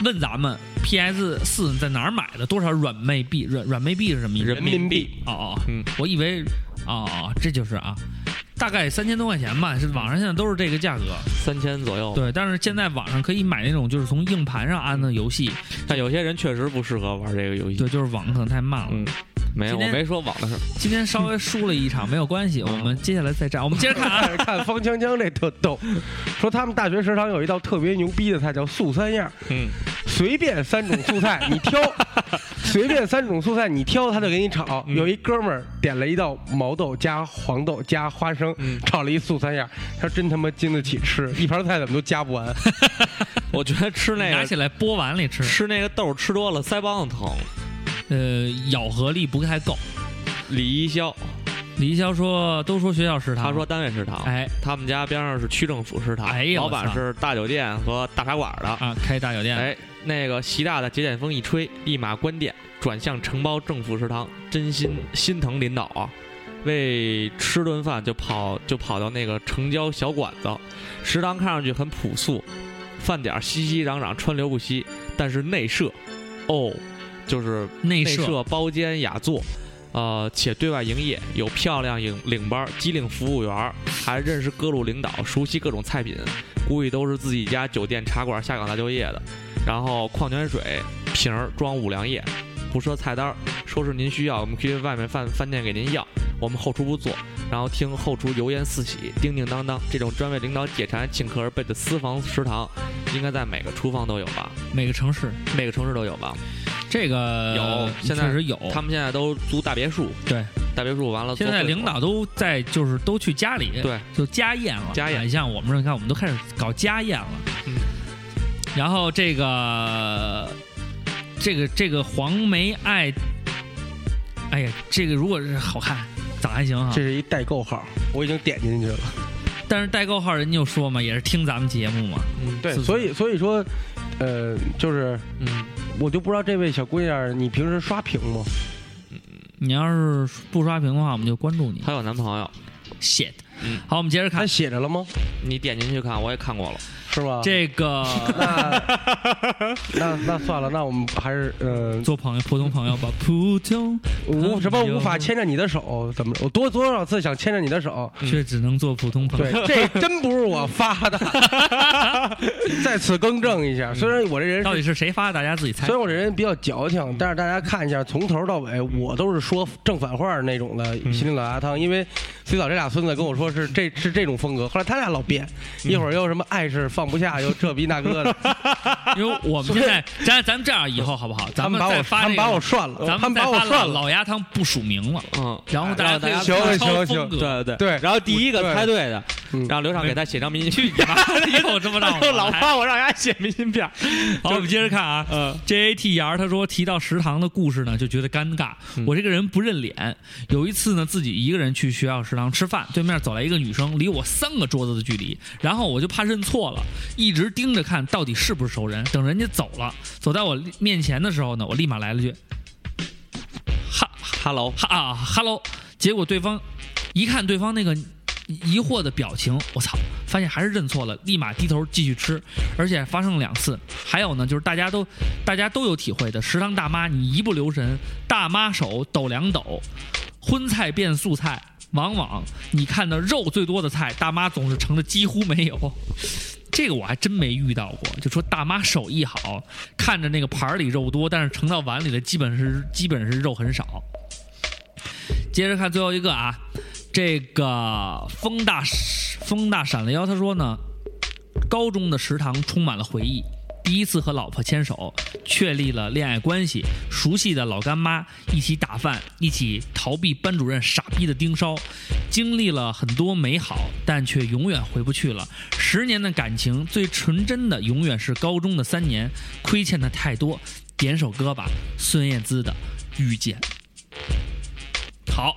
Speaker 3: 问咱们 PS 四在哪儿买的，多少软妹币？软软妹币是什么意思？
Speaker 4: 人民币
Speaker 3: 哦哦，
Speaker 4: 嗯，
Speaker 3: 我以为哦，这就是啊，大概三千多块钱吧，是网上现在都是这个价格。
Speaker 4: 三千左右。
Speaker 3: 对，但是现在网上可以买那种就是从硬盘上安的游戏，
Speaker 4: 但有些人确实不适合玩这个游戏
Speaker 3: 对，。就是网可能太慢了。
Speaker 4: 嗯，没有，
Speaker 3: 今
Speaker 4: 我
Speaker 3: 天
Speaker 4: 没说网的事儿。
Speaker 3: 今天稍微输了一场没有关系，我们接下来再战，我们接着看啊。
Speaker 5: 但是看方江江这特逗，说他们大学食堂有一道特别牛逼的菜叫素三样，
Speaker 4: 嗯，
Speaker 5: 随便三种素 菜你挑，随便三种素菜你挑，他就给你炒。
Speaker 4: 嗯
Speaker 5: 有一哥们儿点了一道毛豆加黄豆加花生
Speaker 4: 嗯，
Speaker 5: 炒了一素三样，他说真他妈经得起吃，一盘菜怎么都加不 完。
Speaker 4: 我觉得吃那
Speaker 3: 拿
Speaker 4: 个
Speaker 3: 起来剥碗里吃，
Speaker 4: 吃那个豆儿吃多了腮帮子疼。
Speaker 3: 呃，咬合力不太够。
Speaker 4: 李一
Speaker 3: 啊
Speaker 4: 潇
Speaker 3: 李一潇说：“都说学校食堂，
Speaker 4: 他说，单位食堂，
Speaker 3: 哎
Speaker 4: 他们家边上是区政府食堂，
Speaker 3: 哎呦
Speaker 4: 老
Speaker 3: 我
Speaker 4: 板
Speaker 3: 操
Speaker 4: 是大酒店和大茶馆的。
Speaker 3: 啊，开大酒店，
Speaker 4: 哎，那个习大大节俭风一吹，立马关店，转向承包政府食堂，真心心疼领导啊！为吃顿饭就跑就跑到那个城郊小馆子，食堂看上去很朴素，饭点儿熙熙攘攘，川流不息，但是内设，哦，就是
Speaker 3: 内
Speaker 4: 内
Speaker 3: 设
Speaker 4: 设包间雅座，呃，且对外营业，有漂亮领领班、机灵服务员儿，还认识各路领导，熟悉各种菜品，估计都是自己家酒店茶馆下岗大就业的。然后矿泉水瓶儿装五粮液，不设菜单儿，说是您需要，我们可以外面饭饭店给您要，我们后厨不做。然后听后厨油烟四起，叮叮当当，这种专为领导解馋请客而备的私房食堂，应该在每个厨房都有吧？
Speaker 3: 每个城市
Speaker 4: 每个城市都有吧？
Speaker 3: 这个
Speaker 4: 有现在
Speaker 3: 确实有。
Speaker 4: 他们现在都租大别墅，
Speaker 3: 对，
Speaker 4: 大别墅完了，
Speaker 3: 现在领导都在，就是都去家里，
Speaker 4: 对，
Speaker 3: 就家宴了。
Speaker 4: 家宴
Speaker 3: 哎像我们这儿你看，我们都开始搞家宴了。
Speaker 4: 嗯
Speaker 3: 然后这个这个这个黄梅爱，哎呀，这个如果是好看，咋还行啊
Speaker 5: 这？是一代购号，我已经点进去了。
Speaker 3: 但是代购号人家就说嘛，也是听咱们节目嘛，
Speaker 4: 嗯，
Speaker 5: 对
Speaker 3: 是，
Speaker 5: 所以所以说，呃，就是
Speaker 4: 嗯，
Speaker 5: 我就不知道这位小姑娘，你平时刷屏吗？
Speaker 3: 你要是不刷屏的话，我们就关注你。
Speaker 4: 她有男朋友，
Speaker 3: shit，
Speaker 4: 嗯
Speaker 3: 好，我们接着
Speaker 5: 她
Speaker 3: 看
Speaker 5: 写着了吗？
Speaker 4: 你点进去看，我也看过了。
Speaker 5: 是吗？
Speaker 3: 这 个
Speaker 5: 那那那算了，那我们还是呃，
Speaker 3: 做朋友，普通朋友吧，普通嗯
Speaker 5: 无什么无
Speaker 3: 朋
Speaker 5: 法
Speaker 3: 友
Speaker 5: 牵着你的手，怎么着？我多多少次想牵着你的手，
Speaker 3: 却只能做普通朋
Speaker 5: 对
Speaker 3: 友。，
Speaker 5: 这真不是我发的， 在此更正一下。虽然我这人
Speaker 3: 到
Speaker 5: 是，
Speaker 3: 底是谁发？大家自己猜
Speaker 5: 虽。然我这人比较矫情，但是大家看一下，从头到尾我都是说正反话那种的
Speaker 3: 嗯
Speaker 5: 心灵老鸭汤。因为最早这俩孙子跟我说是这是这种风格，后来他俩老变，
Speaker 3: 嗯
Speaker 5: 一会儿又什么爱是放不下，又这逼那哥的，
Speaker 3: 因为我们现在，咱咱们这样以后好不好？咱
Speaker 5: 们
Speaker 3: 们
Speaker 5: 把
Speaker 3: 再
Speaker 5: 我
Speaker 3: 发
Speaker 5: 他
Speaker 3: 这
Speaker 5: 们
Speaker 3: 个
Speaker 5: 把我涮了，
Speaker 3: 咱
Speaker 5: 他
Speaker 3: 们
Speaker 5: 们
Speaker 3: 再
Speaker 5: 把我
Speaker 3: 发老
Speaker 5: 涮了。
Speaker 3: 老鸭汤不署名了，
Speaker 4: 嗯，
Speaker 3: 然后大家可以
Speaker 5: 行
Speaker 3: 自
Speaker 5: 行
Speaker 3: 嘲
Speaker 5: 行
Speaker 3: 风格。
Speaker 4: 对嗯对
Speaker 5: 对
Speaker 4: 然后第一个
Speaker 5: 对
Speaker 4: 猜对的，
Speaker 5: 嗯
Speaker 4: 让刘畅给他写张明信片。
Speaker 3: 去你 妈的！以后这么让 我
Speaker 4: 又 老
Speaker 3: 来
Speaker 4: 怕我让人家写明信片。
Speaker 3: 好，我们接着看啊。
Speaker 4: 嗯
Speaker 3: J A T R 他说提到食堂的故事呢，就觉得尴尬
Speaker 4: 嗯。
Speaker 3: 我这个人不认脸。有一次呢，自己一个人去学校食堂吃饭，对面走来一个女生，离我三个桌子的距离，然后我就怕认错了，一直盯着看到底是不是熟人。等人家走了，走到我面前的时候呢，我立马来了句哈
Speaker 4: Hello，
Speaker 3: 哈啊哈喽，结果对方一看对方那个疑惑的表情，我操，发现还是认错了，立马低头继续吃，而且发生了两次。还有呢，就是大家都大家都有体会的，食堂大妈你一不留神，大妈手抖两抖，荤菜变素菜。往往你看到肉最多的菜，大妈总是盛的几乎没有。这个我还真没遇到过，就说大妈手艺好，看着那个盘儿里肉多，但是盛到碗里的基本是基本是肉很少。接着看最后一个啊，这个风大风大闪了腰，他说呢，高中的食堂充满了回忆。第一次和老婆牵手，确立了恋爱关系，熟悉的老干妈，一起打饭，一起逃避班主任傻逼的盯梢，经历了很多美好，但却永远回不去了。十年的感情，最纯真的永远是高中的三年，亏欠的太多。点首歌吧，孙燕姿的《遇见》。好，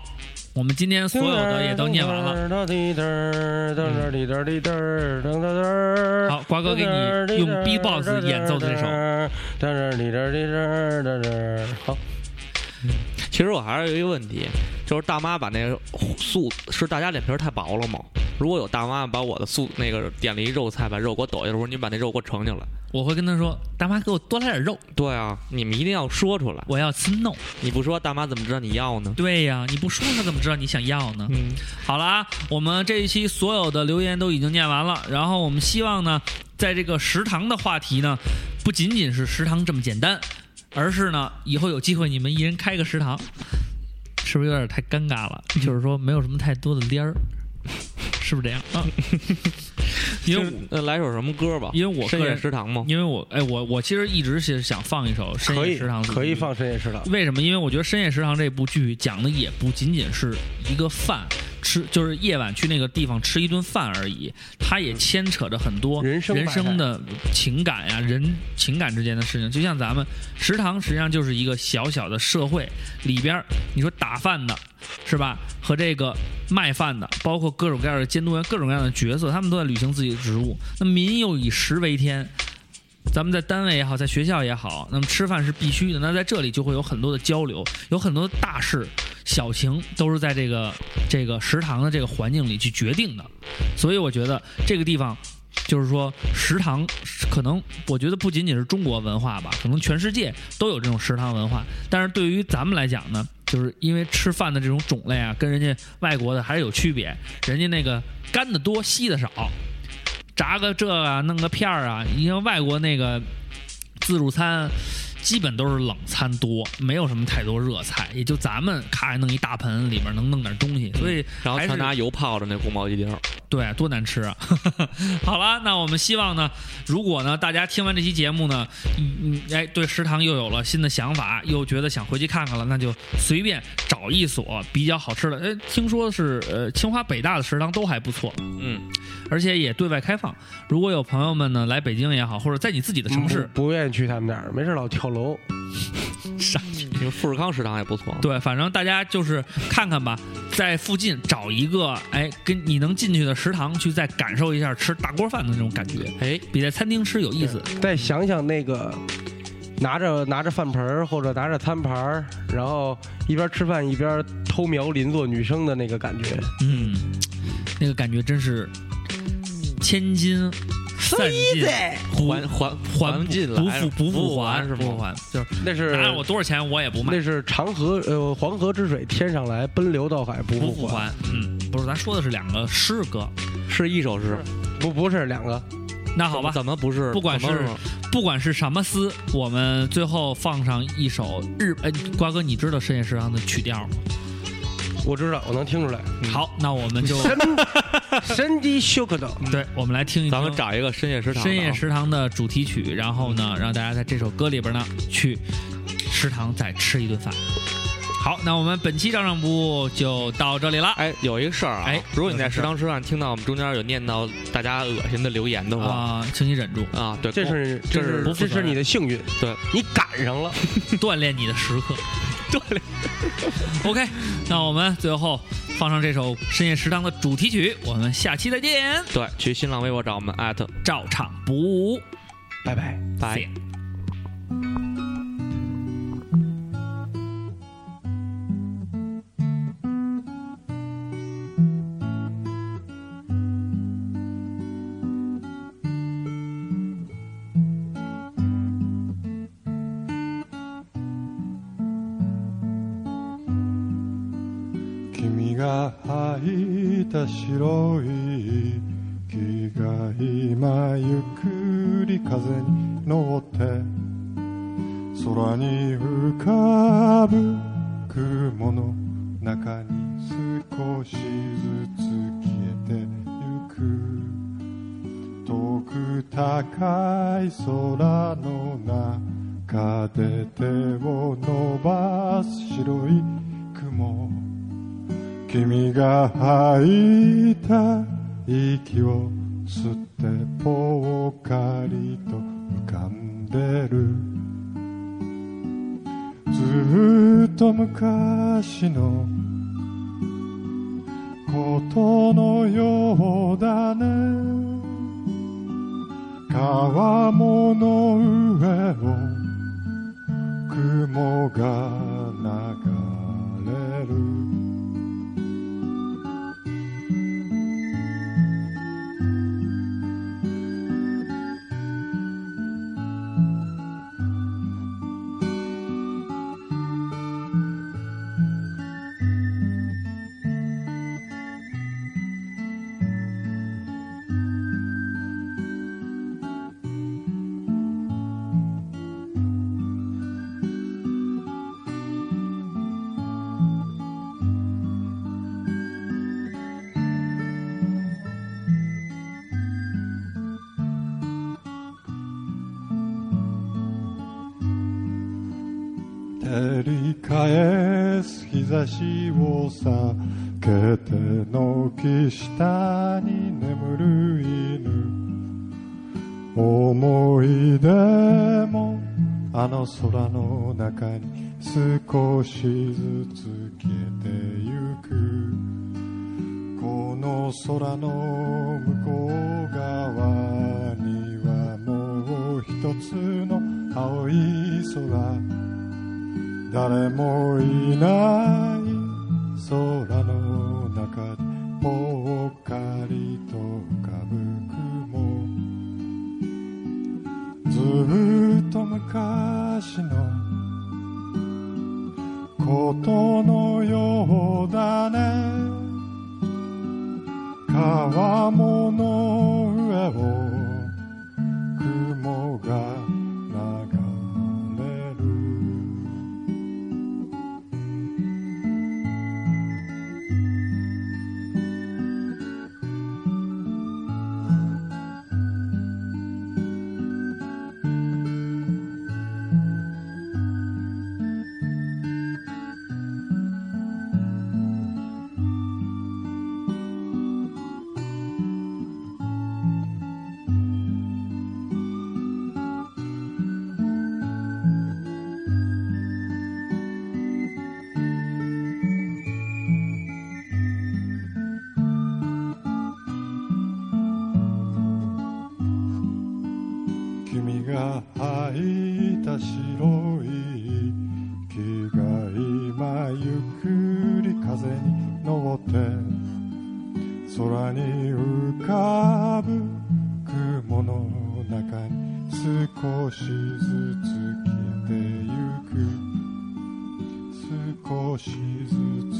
Speaker 3: 我们今天所有的也都念完了。
Speaker 5: 了
Speaker 3: 好瓜哥给你用 B-box 演奏这首
Speaker 5: 首。好，
Speaker 4: 其实我还是有一个问题，就是大妈把那个素是大家脸皮儿太薄了吗？如果有大妈把我的素那个点了一肉菜，把肉给我抖下来，我说你把那肉给我盛进来。
Speaker 3: 我会跟他说：“大妈，给我多来点肉，
Speaker 4: 对啊，你们一定要说出来，
Speaker 3: 我要吃肉。
Speaker 4: 你不说大妈怎么知道你要呢”？
Speaker 3: 对呀，你不说他怎么知道你想要呢？
Speaker 4: 嗯，
Speaker 3: 好了啊，我们这一期所有的留言都已经念完了，然后我们希望呢，在这个食堂的话题呢，不仅仅是食堂这么简单，而是呢，以后有机会你们一人开个食堂，是不是有点太尴尬了？就是说没有什么太多的边 儿，是不是这样啊？因为我
Speaker 4: 那来首什么歌吧？
Speaker 3: 因为我
Speaker 4: 深
Speaker 3: 个
Speaker 4: 夜
Speaker 3: 人
Speaker 4: 食堂吗？
Speaker 3: 因为我哎我我其实一直是想放一首深
Speaker 5: 可
Speaker 3: 夜
Speaker 5: 以
Speaker 3: 食堂，
Speaker 5: 可以放深夜食堂。
Speaker 3: 为什么？因为我觉得《深夜食堂》这部剧讲的也不仅仅是一个饭吃，就是夜晚去那个地方吃一顿饭而已，它也牵扯着很多
Speaker 5: 人生百态
Speaker 3: 的情感呀、人情感之间的事情。就像咱们食堂，实际上就是一个小小的社会里边儿，你说打饭的，是吧？和这个卖饭的，包括各种各样的监督员、各种各样的角色，他们都在履行自己的职务。那民又以食为天，咱们在单位也好，在学校也好，那么吃饭是必须的。那在这里就会有很多的交流，有很多的大事、小情都是在这个这个食堂的这个环境里去决定的。所以我觉得这个地方。就是说，食堂可能我觉得不仅仅是中国文化吧，可能全世界都有这种食堂文化。但是对于咱们来讲呢，就是因为吃饭的这种种类啊，跟人家外国的还是有区别。人家那个干的多，稀的少，炸个这啊，弄个片儿啊。你像外国那个自助餐，基本都是冷餐多，没有什么太多热菜，也就咱们咔弄一大盆，里面能弄点东西。所以
Speaker 4: 然后
Speaker 3: 还
Speaker 4: 全
Speaker 3: 是
Speaker 4: 拿油泡着那宫保鸡丁儿。
Speaker 3: 对，多难吃啊！ 好了，那我们希望呢，如果呢大家听完这期节目呢，嗯，嗯哎，对食堂又有了新的想法，又觉得想回去看看了，那就随便找一所比较好吃的。哎，听说是呃清华北大的食堂都还不错，
Speaker 4: 嗯，
Speaker 3: 而且也对外开放。如果有朋友们呢来
Speaker 5: 嗯
Speaker 3: 北京也好，或者在你自己的城市，
Speaker 5: 不不愿意去他们那儿，没事老跳楼。
Speaker 3: 傻逼
Speaker 4: 因为富士康食堂也不错。
Speaker 3: 对，反正大家就是看看吧，在附近找一个哎，跟你能进去的食堂去，再感受一下吃大锅饭的那种感觉，
Speaker 4: 哎，
Speaker 3: 比在餐厅吃有意思。
Speaker 5: 再想想那个拿着拿着饭盆儿或者拿着餐盘儿，然后一边吃饭一边偷瞄邻座女生的那个感觉，
Speaker 3: 嗯，那个感觉真是千金散尽，不
Speaker 4: 还还
Speaker 3: 还
Speaker 4: 还进
Speaker 3: 不
Speaker 4: 来
Speaker 3: 复不
Speaker 4: 不
Speaker 3: 复还
Speaker 4: 是
Speaker 3: 不
Speaker 4: 吗？
Speaker 3: 还，就是
Speaker 5: 那是
Speaker 3: 拿着我多少钱我也不卖
Speaker 5: 那，是长河呃黄河之水天上来，奔流到海不
Speaker 3: 不复
Speaker 5: 复还。
Speaker 3: 还。嗯，不是，咱说的是两个诗歌。
Speaker 4: 是一首诗，
Speaker 5: 不不是两个，
Speaker 3: 那好吧，
Speaker 4: 怎么不是？
Speaker 3: 不管
Speaker 4: 怎么
Speaker 3: 是不管是什么诗，我们最后放上一首日哎，瓜哥，你知道深夜食堂的曲调吗？
Speaker 5: 我知道，我能听 出来。
Speaker 4: 嗯
Speaker 3: 好，那我们就
Speaker 5: 神机修克的，
Speaker 3: 对，我们来听一听
Speaker 4: 咱们找一个深夜食堂的啊，
Speaker 3: 深夜食堂的主题曲，然后呢，让大家在这首歌里边呢去食堂再吃一顿饭。好，那我们本期照上不误就到这里了。
Speaker 4: 哎，有一个事儿啊，
Speaker 3: 哎
Speaker 4: 如果你在
Speaker 3: 有什么事儿
Speaker 4: 食堂吃饭听到我们中间有念叨大家恶心的留言的话，
Speaker 3: 啊、请你 忍住，
Speaker 4: 啊，对，
Speaker 5: 这是
Speaker 4: 这是
Speaker 5: 是
Speaker 3: 不负责
Speaker 5: 这是
Speaker 3: 任
Speaker 5: 你的幸运，
Speaker 4: 对
Speaker 5: 你赶上了。
Speaker 3: 锻炼你的时刻，锻炼。OK，那我们最后放上这首深夜食堂的主题曲，我们下期再见，
Speaker 4: 对，去新浪微博找我们艾特，
Speaker 3: 照常不误，
Speaker 5: 拜拜。
Speaker 4: 拜
Speaker 3: 谢。谢
Speaker 6: 君が履いた白い木が今ゆっくり風に乗って空に浮かぶ雲の中に少しずつ消えてゆく遠く高い空の中で手を伸ばす白い雲君が吐いた息を吸ってぽっかりと浮かんでるずっと昔のことのようだね川もの上を雲が流れる照り返す日差しを避けて軒下に眠る犬思い出もあの空の中に少しずつ消えてゆくこの空の向こう側にはもう一つの青い空誰もいない空の中でぽっかりと浮かぶ雲ずっと昔のことのようだね川もの上を雲が流れるが吐いた白い息が今ゆっくり風に乗って空に浮かぶ雲の中に少しずつ消えてゆく少しずつ